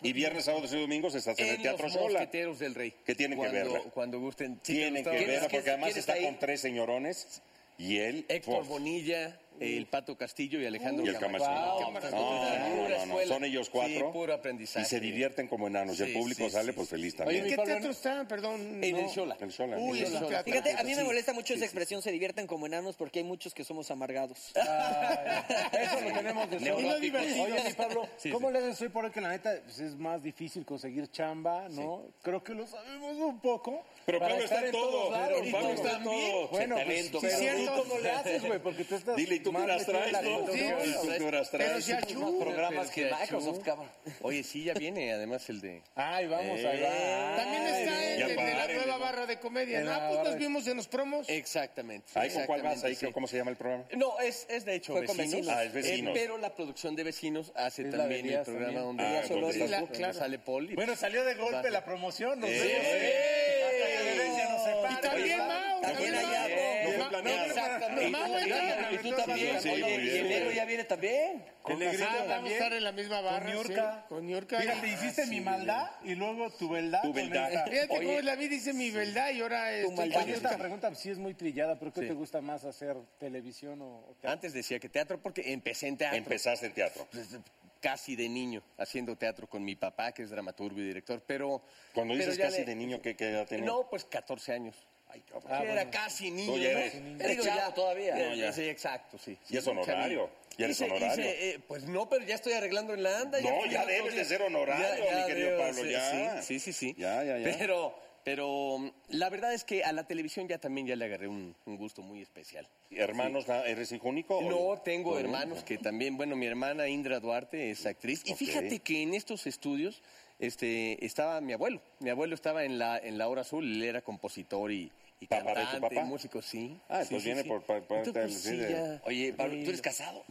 S1: Y viernes, sábados y domingos estás en, el
S11: en
S1: Teatro
S11: Los
S1: Sola.
S11: Mosqueteros del Rey.
S1: Que tienen que
S11: cuando,
S1: verla.
S11: Cuando gusten. Sí,
S1: Tienen
S11: está-
S1: que
S11: ¿Quieres
S1: verla
S11: que-
S1: porque además
S11: quieres
S1: está
S11: ahí?
S1: con tres señorones y él...
S11: Héctor
S1: ¡fuf!
S11: Bonilla, el Pato Castillo y Alejandro
S1: Y el
S11: Camacho.
S1: Camacho.
S11: Wow,
S1: No,
S11: pura
S1: no, no, no,
S11: escuela.
S1: Son ellos
S11: Sí,
S1: cuatro.
S11: puro aprendizaje.
S1: Y se divierten como enanos. y el
S11: Sí,
S1: público
S11: sí,
S1: sale,
S11: sí,
S1: pues feliz
S3: ¿En
S1: también.
S3: qué teatro están? Perdón.
S11: En
S3: no.
S11: el Xola.
S1: El Xola.
S3: Uy,
S1: El
S3: es un
S1: Xola.
S3: teatro.
S10: Fíjate, a mí me
S3: Sí.
S10: molesta mucho esa expresión, se divierten como enanos, porque hay muchos que somos amargados.
S6: Eso lo tenemos de
S10: Neurótico.
S6: sobra.
S10: Y lo divertido.
S6: Oye, mi Pablo,
S10: Sí,
S6: ¿cómo le haces hoy por hoy que la neta pues, es más difícil conseguir chamba, no? Creo que lo sabemos un poco.
S1: Pero
S6: para
S1: Pablo está
S6: estar
S1: en todo,
S6: todos lados,
S1: pero
S6: ¿no?
S1: Pablo está en todo.
S6: Bueno,
S1: En
S6: pues,
S1: talento,
S6: pero
S1: pero-
S6: ¿tú cómo le haces, güey? Porque tú estás
S1: Dile, ¿y tú qué
S6: más
S1: horas
S6: metido en
S1: traes?
S6: la
S1: no?
S6: cultura.
S1: ¿Y
S11: pues,
S1: tú qué horas traes?
S6: Pero si a Chu-
S11: Programas que
S6: Pero si a Chu-
S11: Microsoft, cabrón. Oye, sí, ya viene, además el de.
S6: Ay, vamos,
S11: Eh.
S6: ahí va.
S3: También está
S11: Ay,
S3: el
S11: ya
S3: el de la
S11: paren,
S3: nueva
S11: ¿no?
S3: barra de comedia.
S11: En
S3: ¿no?
S11: la
S3: pues
S11: barra
S3: nos
S11: de-
S3: vimos en los promos.
S11: Exactamente.
S1: Ahí con cuál vas, ahí,
S11: exactamente, sí.
S1: ¿cómo se llama el programa?
S11: No, es, es de hecho
S1: Fue con
S11: vecinos.
S1: Vecinos. Ah, es Vecinos.
S11: Eh, pero la producción de vecinos hace
S6: Es la
S11: también
S6: de
S11: el
S6: Díaz
S11: programa
S6: también.
S11: donde,
S1: Ah,
S11: Díaz
S1: donde
S11: Olor,
S1: estás
S11: donde
S1: tú.
S11: claro. sale Poli.
S6: pues, Bueno, salió de golpe
S11: Vas.
S6: la promoción. Nos
S11: Eh.
S6: vemos. Hasta que la herencia nos separe.
S3: Y también
S6: ¿verdad?
S3: Mau.
S10: También hay
S6: Eh,
S10: algo.
S6: no fue planeado.
S11: Exactamente.
S6: Mau,
S3: Mau,
S6: entra.
S10: Y tú también.
S1: Sí, sí,
S10: Oye,
S1: muy
S10: y
S1: bien.
S10: enero ya viene también.
S6: Con
S3: Ah,
S6: Negrito
S3: vamos a
S6: también.
S3: estar en la misma barra.
S6: Con
S3: sí.
S6: Niurka.
S3: Con Niurka.
S6: Fíjate, hiciste mi maldad y luego tu beldad.
S1: Tu
S6: con
S1: beldad.
S6: esta.
S3: Fíjate
S10: Oye.
S3: cómo la vida dice mi verdad y ahora es
S6: Oye, esta pregunta sí es muy trillada, pero ¿qué te gusta más hacer? ¿Televisión o, o teatro?
S11: Antes decía que teatro porque empecé en teatro.
S1: Empezaste en teatro.
S11: Pues, eh, casi de niño, haciendo teatro con mi papá, que es dramaturgo y director, pero...
S1: Cuando
S11: pero
S1: dices
S11: ya
S1: casi
S11: le-
S1: de niño, ¿qué, qué edad tenías?
S11: No, pues 14 años.
S1: Ay, cabrón.
S11: Que era casi niño.
S1: Tú ya
S11: ¿no?
S1: eres-
S10: eres
S11: Digo,
S10: Ah, chavo todavía.
S11: ya,
S1: No, ya.
S11: Sí, exacto, sí.
S1: Y es honorario.
S11: Y
S1: Ya eres honorario.
S4: eh,
S11: pues no, pero ya estoy arreglando en la anda.
S1: No, ya debes de ser honorario, mi querido Pablo,
S11: sí,
S1: ya.
S11: Sí, sí, sí.
S1: Ya, ya, ya.
S11: Pero, pero mm, la verdad es que a la televisión ya también ya le agarré un, un gusto muy especial.
S1: ¿Hermanos, na- eres hijo único? o-
S11: No, tengo
S1: No,
S11: hermanos que también, bueno, mi hermana Indra Duarte es actriz. Y
S1: Ok.
S11: fíjate que en estos estudios este, estaba mi abuelo. Mi abuelo estaba en la, en la Hora Azul, él era compositor y, y
S1: ¿Papá de tu
S11: cantante,
S1: papá?
S11: músico, Ah, sí.
S1: Ah,
S11: Sí,
S1: entonces
S11: sí,
S1: viene
S11: sí.
S1: por pa- parte
S11: Entonces, pues,
S1: del-
S11: sí,
S1: sí, de-
S11: ya.
S4: Oye, Pablo, ¿tú eres casado?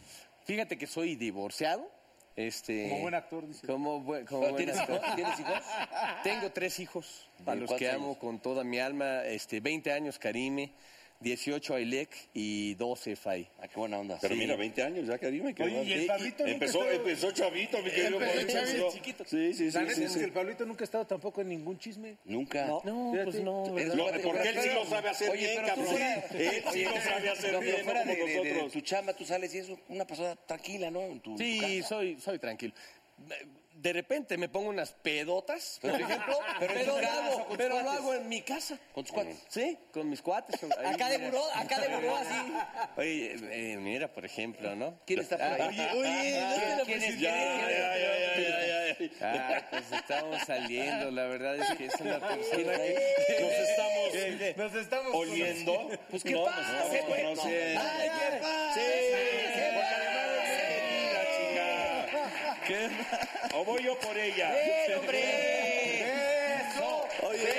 S11: Fíjate que soy divorciado. Este,
S6: Como buen actor, dice.
S11: Como, buen- como
S4: Pero
S11: buen
S4: ¿tienes
S11: actor.
S4: hijos? ¿Tienes hijos?
S11: Tengo tres hijos, a los
S4: cuántos
S11: que amo
S4: años?
S11: con toda mi alma. Este, 20 años Karime, 18 Ailek y 12 Fay.
S4: Ah, qué buena onda.
S1: Pero
S11: Sí.
S1: mira, 20 años, ya que dime. Que Eh,
S6: Oye, y el Pablito nunca
S1: empezó,
S6: estuvo-
S1: empezó chavito, mi querido
S3: Empezó
S1: Pablito.
S3: chavito,
S1: chiquito. Sí, sí, sí.
S6: La neta
S1: sí,
S6: es
S1: sí.
S6: que el Pablito nunca ha estado tampoco en ningún chisme.
S4: Nunca.
S11: No,
S6: Fíjate,
S11: pues no.
S6: tú-
S11: ¿verdad?
S1: No, porque él sí lo sabe hacer
S4: Oye,
S1: bien,
S4: pero tú
S1: cabrón.
S4: fuera-
S1: Él sí lo sabe hacer
S4: No, pero
S1: bien, no
S4: fuera
S1: como
S4: de- de- de
S1: nosotros.
S4: tu chamba, tú sales y es una persona tranquila, ¿no? En tu, tu
S11: Sí,
S4: casa.
S11: soy, soy tranquilo. De repente me pongo unas pedotas, por
S4: Pero-
S11: ejemplo,
S4: pero
S11: pero,
S4: en tu
S11: lo,
S4: casa,
S11: hago,
S4: con tus
S11: pero lo
S4: cuates.
S11: hago en mi casa.
S4: Con tus cuates.
S11: Sí, con mis cuates. con- ahí,
S10: Acá de
S11: mira.
S10: buró, acá de buró así.
S11: Oye, eh, mira, por ejemplo, ¿no?
S4: ¿Quién está por ahí?
S11: Ay,
S4: Oye,
S9: Ah,
S4: no te lo
S11: ¿quién es?
S4: presenté.
S11: Ya,
S4: Ay, ay, ay,
S11: Ah, pues estamos saliendo, la verdad es que es una persona que...
S1: Nos Eh,
S11: Este,
S1: estamos
S6: Nos estamos...
S1: oliendo. Pues qué pasa,
S11: güey?
S1: conociendo.
S11: Ay, ¿qué pasa?
S1: Sí, porque además es mi querida, chingada. O voy yo por ella.
S11: Oye,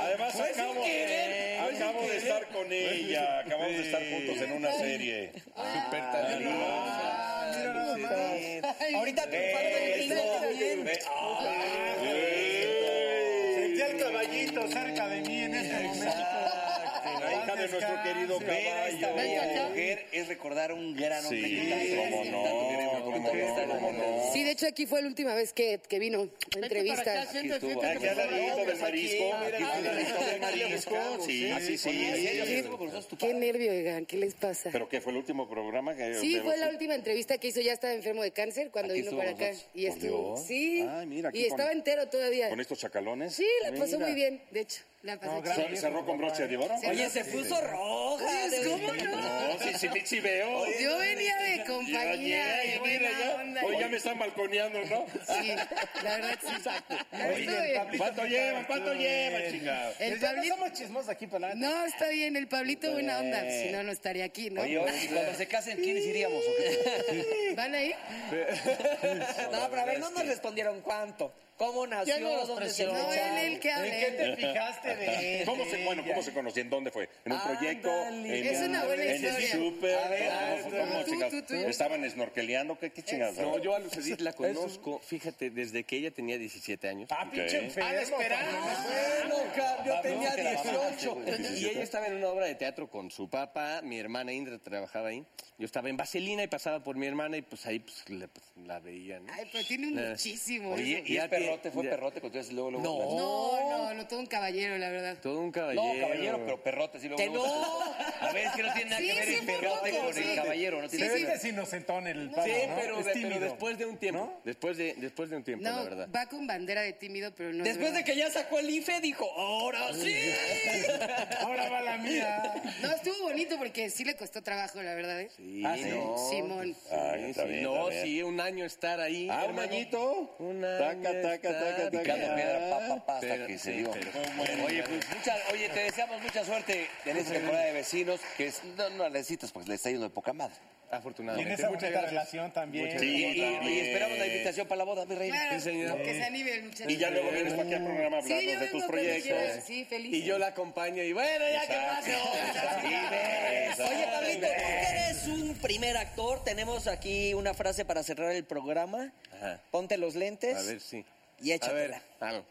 S1: Además, acabo, estar con ella. Acabamos de estar juntos en una serie. Ah, Súper
S2: Este,
S4: eh,
S5: Ahorita tu
S4: ah, eh.
S2: Sentí al caballito cerca de mí en este momento.
S4: La hija de nuestro querido
S2: caballo. Venga acá.
S4: mujer es recordar a un gran hombre
S1: Sí,
S4: que tanto-
S1: cómo no,
S4: tanto queremos,
S1: cómo
S4: tanto queremos.
S1: no, cómo no.
S12: Sí, de hecho aquí fue la última vez que, que vino a entrevista.
S4: Aquí estuvo. Aquí al ladito del marisco. Aquí al ladito del marisco. Sí, sí, sí.
S12: Qué nervio, oigan, ¿qué les pasa?
S1: ¿Pero qué fue el último programa? Que
S12: Sí,
S1: de
S12: fue la
S1: los-
S12: última entrevista que hizo, ya estaba enfermo de cáncer cuando
S1: Aquí
S12: vino
S1: estuvo
S12: para acá.
S1: nosotros.
S12: Y estuvo,
S1: ¿Volvió?
S12: sí,
S1: Ay, mira, aquí
S12: y
S1: con-
S12: estaba entero todavía.
S1: ¿Con estos chacalones?
S12: Sí, la pasó
S1: Mira.
S12: muy bien, de hecho, la pasó
S1: No,
S12: chido.
S1: gracias. ¿Cerró con broche de oro?
S12: Oye, se puso
S10: roja.
S12: Pues, ¿cómo
S1: No, sí, sí, sí veo.
S12: Yo venía de compañía,
S1: Oye,
S12: de
S1: mira,
S12: buena
S1: ya.
S12: onda.
S1: Oye, ya me están balconeando, ¿no?
S12: Sí, la verdad sí.
S1: ¿Cuánto llevan? ¿Cuánto Pues llevan, chingada?
S12: El Pablito... somos chismosos aquí, No, está bien, el Pablito buena onda, si no, no estaría aquí, ¿no?
S10: Oye, oye, cuando se casen, ¿quiénes iríamos? o qué?
S12: ¿Van a ir?
S5: No, pero a ver, no nos respondieron cuánto. ¿Cómo nació?
S12: no los
S5: ¿Dónde se
S12: presionó. No,
S5: echaron?
S12: él, él que hable. ¿En qué te fijaste de
S1: ¿Cómo se, bueno, ¿Cómo se conocían? ¿Dónde fue? ¿En un proyecto? ¿En,
S12: Es una buena
S1: en el
S12: historia.
S1: súper?
S12: A ver, a ver,
S1: ¿Cómo,
S12: tú,
S1: cómo,
S12: tú,
S1: chingados?
S12: tú, tú.
S1: ¿Estaban snorkeleando? ¿Qué, qué chingados?
S11: No, yo a Lucedit la conozco, fíjate, desde que ella tenía 17 años. Ah,
S1: pinche enfermo,
S11: la
S5: yo tenía 18.
S11: Y ella estaba en una obra de teatro con su papá, mi hermana Indra trabajaba ahí. Yo estaba en Vaselina y pasaba por mi hermana y pues ahí pues, la, pues, la veía, ¿no?
S12: Ay, pero tiene
S11: Eh,
S12: muchísimo.
S11: Oye,
S12: eso.
S11: y es perrote, fue
S4: perrote, entonces luego, luego.
S11: No.
S12: No, no, no, todo un caballero, la verdad.
S11: Todo un caballero.
S4: No, caballero, pero perrote, sí, luego.
S12: Que
S4: luego- A ver, es que no tiene nada
S12: Sí,
S4: que ver
S12: sí,
S4: el
S12: fue
S4: perrote
S12: loco,
S4: con
S12: sí.
S4: el caballero, no
S6: Se
S4: tiene nada
S6: ve
S4: que
S6: que
S4: ver.
S6: es inocentón el
S11: Sí,
S6: pana, ¿no?
S11: pero,
S6: Es
S11: de- pero
S6: tímido.
S11: después de un tiempo. Después, de, después de un tiempo, la verdad.
S12: No, va con bandera de tímido, pero no.
S5: Después de que ya sacó el IFE, dijo, ahora sí.
S12: Ahora va la mía. No, estuvo bonito porque sí le costó trabajo, la verdad. ¿eh?
S11: Sí, Ah, ¿sí? no.
S12: Simón.
S11: Ah,
S1: está
S11: sí,
S1: bien,
S11: no,
S1: está bien.
S11: sí, un año estar ahí.
S1: Ah, ¿un
S11: añito? Un año.
S1: Taca, taca,
S11: estar
S1: taca, taca.
S11: picando piedra, pa, pa, pa,
S4: hasta que se dio. Oye,
S11: Oye,
S4: pues, mucha- oye, te deseamos mucha suerte en esta temporada de vecinos, que es- no, no la necesitas porque le está yendo de poca madre.
S6: Y en
S4: Afortunadamente.
S6: esa bonita relación también.
S4: Sí, y, y- y esperamos la invitación para la boda, mi rey.
S12: Claro,
S4: Sí, señor.
S12: que se anime el muchacho.
S4: Y ya luego vienes para aquí al programa a
S12: Sí, yo vengo
S4: hablarnos de tus
S12: cuando
S4: proyectos.
S12: quieras, Sí, feliz.
S11: Y yo la acompaño y bueno, ya que pase.
S5: Oye, Pablito, tú que eres un primer actor, tenemos aquí una frase para cerrar el programa. Ponte los lentes.
S11: A ver, sí.
S5: Y échátela.
S11: A ver, algo.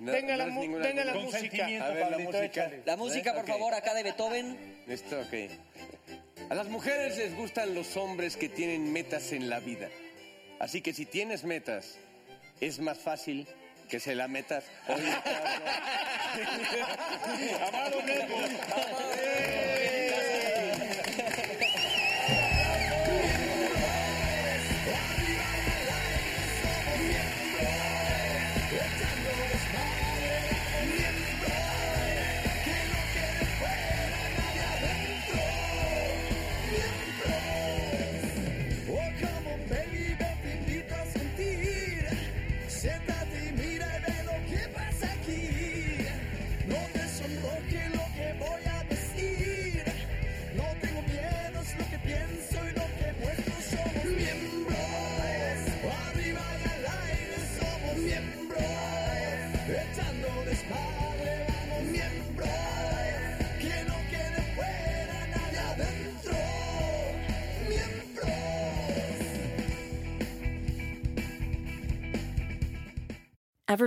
S11: No,
S5: Venga la
S11: es
S5: mu-
S11: ninguna
S5: venga la
S11: duda.
S5: música.
S11: A ver, la música.
S5: La música, por
S11: Ok.
S5: favor, acá de Beethoven.
S11: Esto, ok. A las mujeres les gustan los hombres que tienen metas en la vida. Así que si tienes metas, es más fácil que se la metas. Oye, cabrón. Amado Nervo.
S9: eh. Oh, come on, baby, yo te invito a sentir. Siéntate y mira y ve lo que pasa aquí. No te sonroje lo que voy a decir. No tengo miedo, es lo que pienso y lo que muestro. Somos miembros. Arriba y al aire somos miembros. Echando desmadre, vamos miembros. Que no quede fuera nadie adentro.
S13: Ever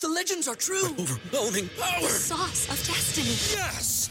S14: The legends are true. overwhelming power! The sauce of destiny. Yes!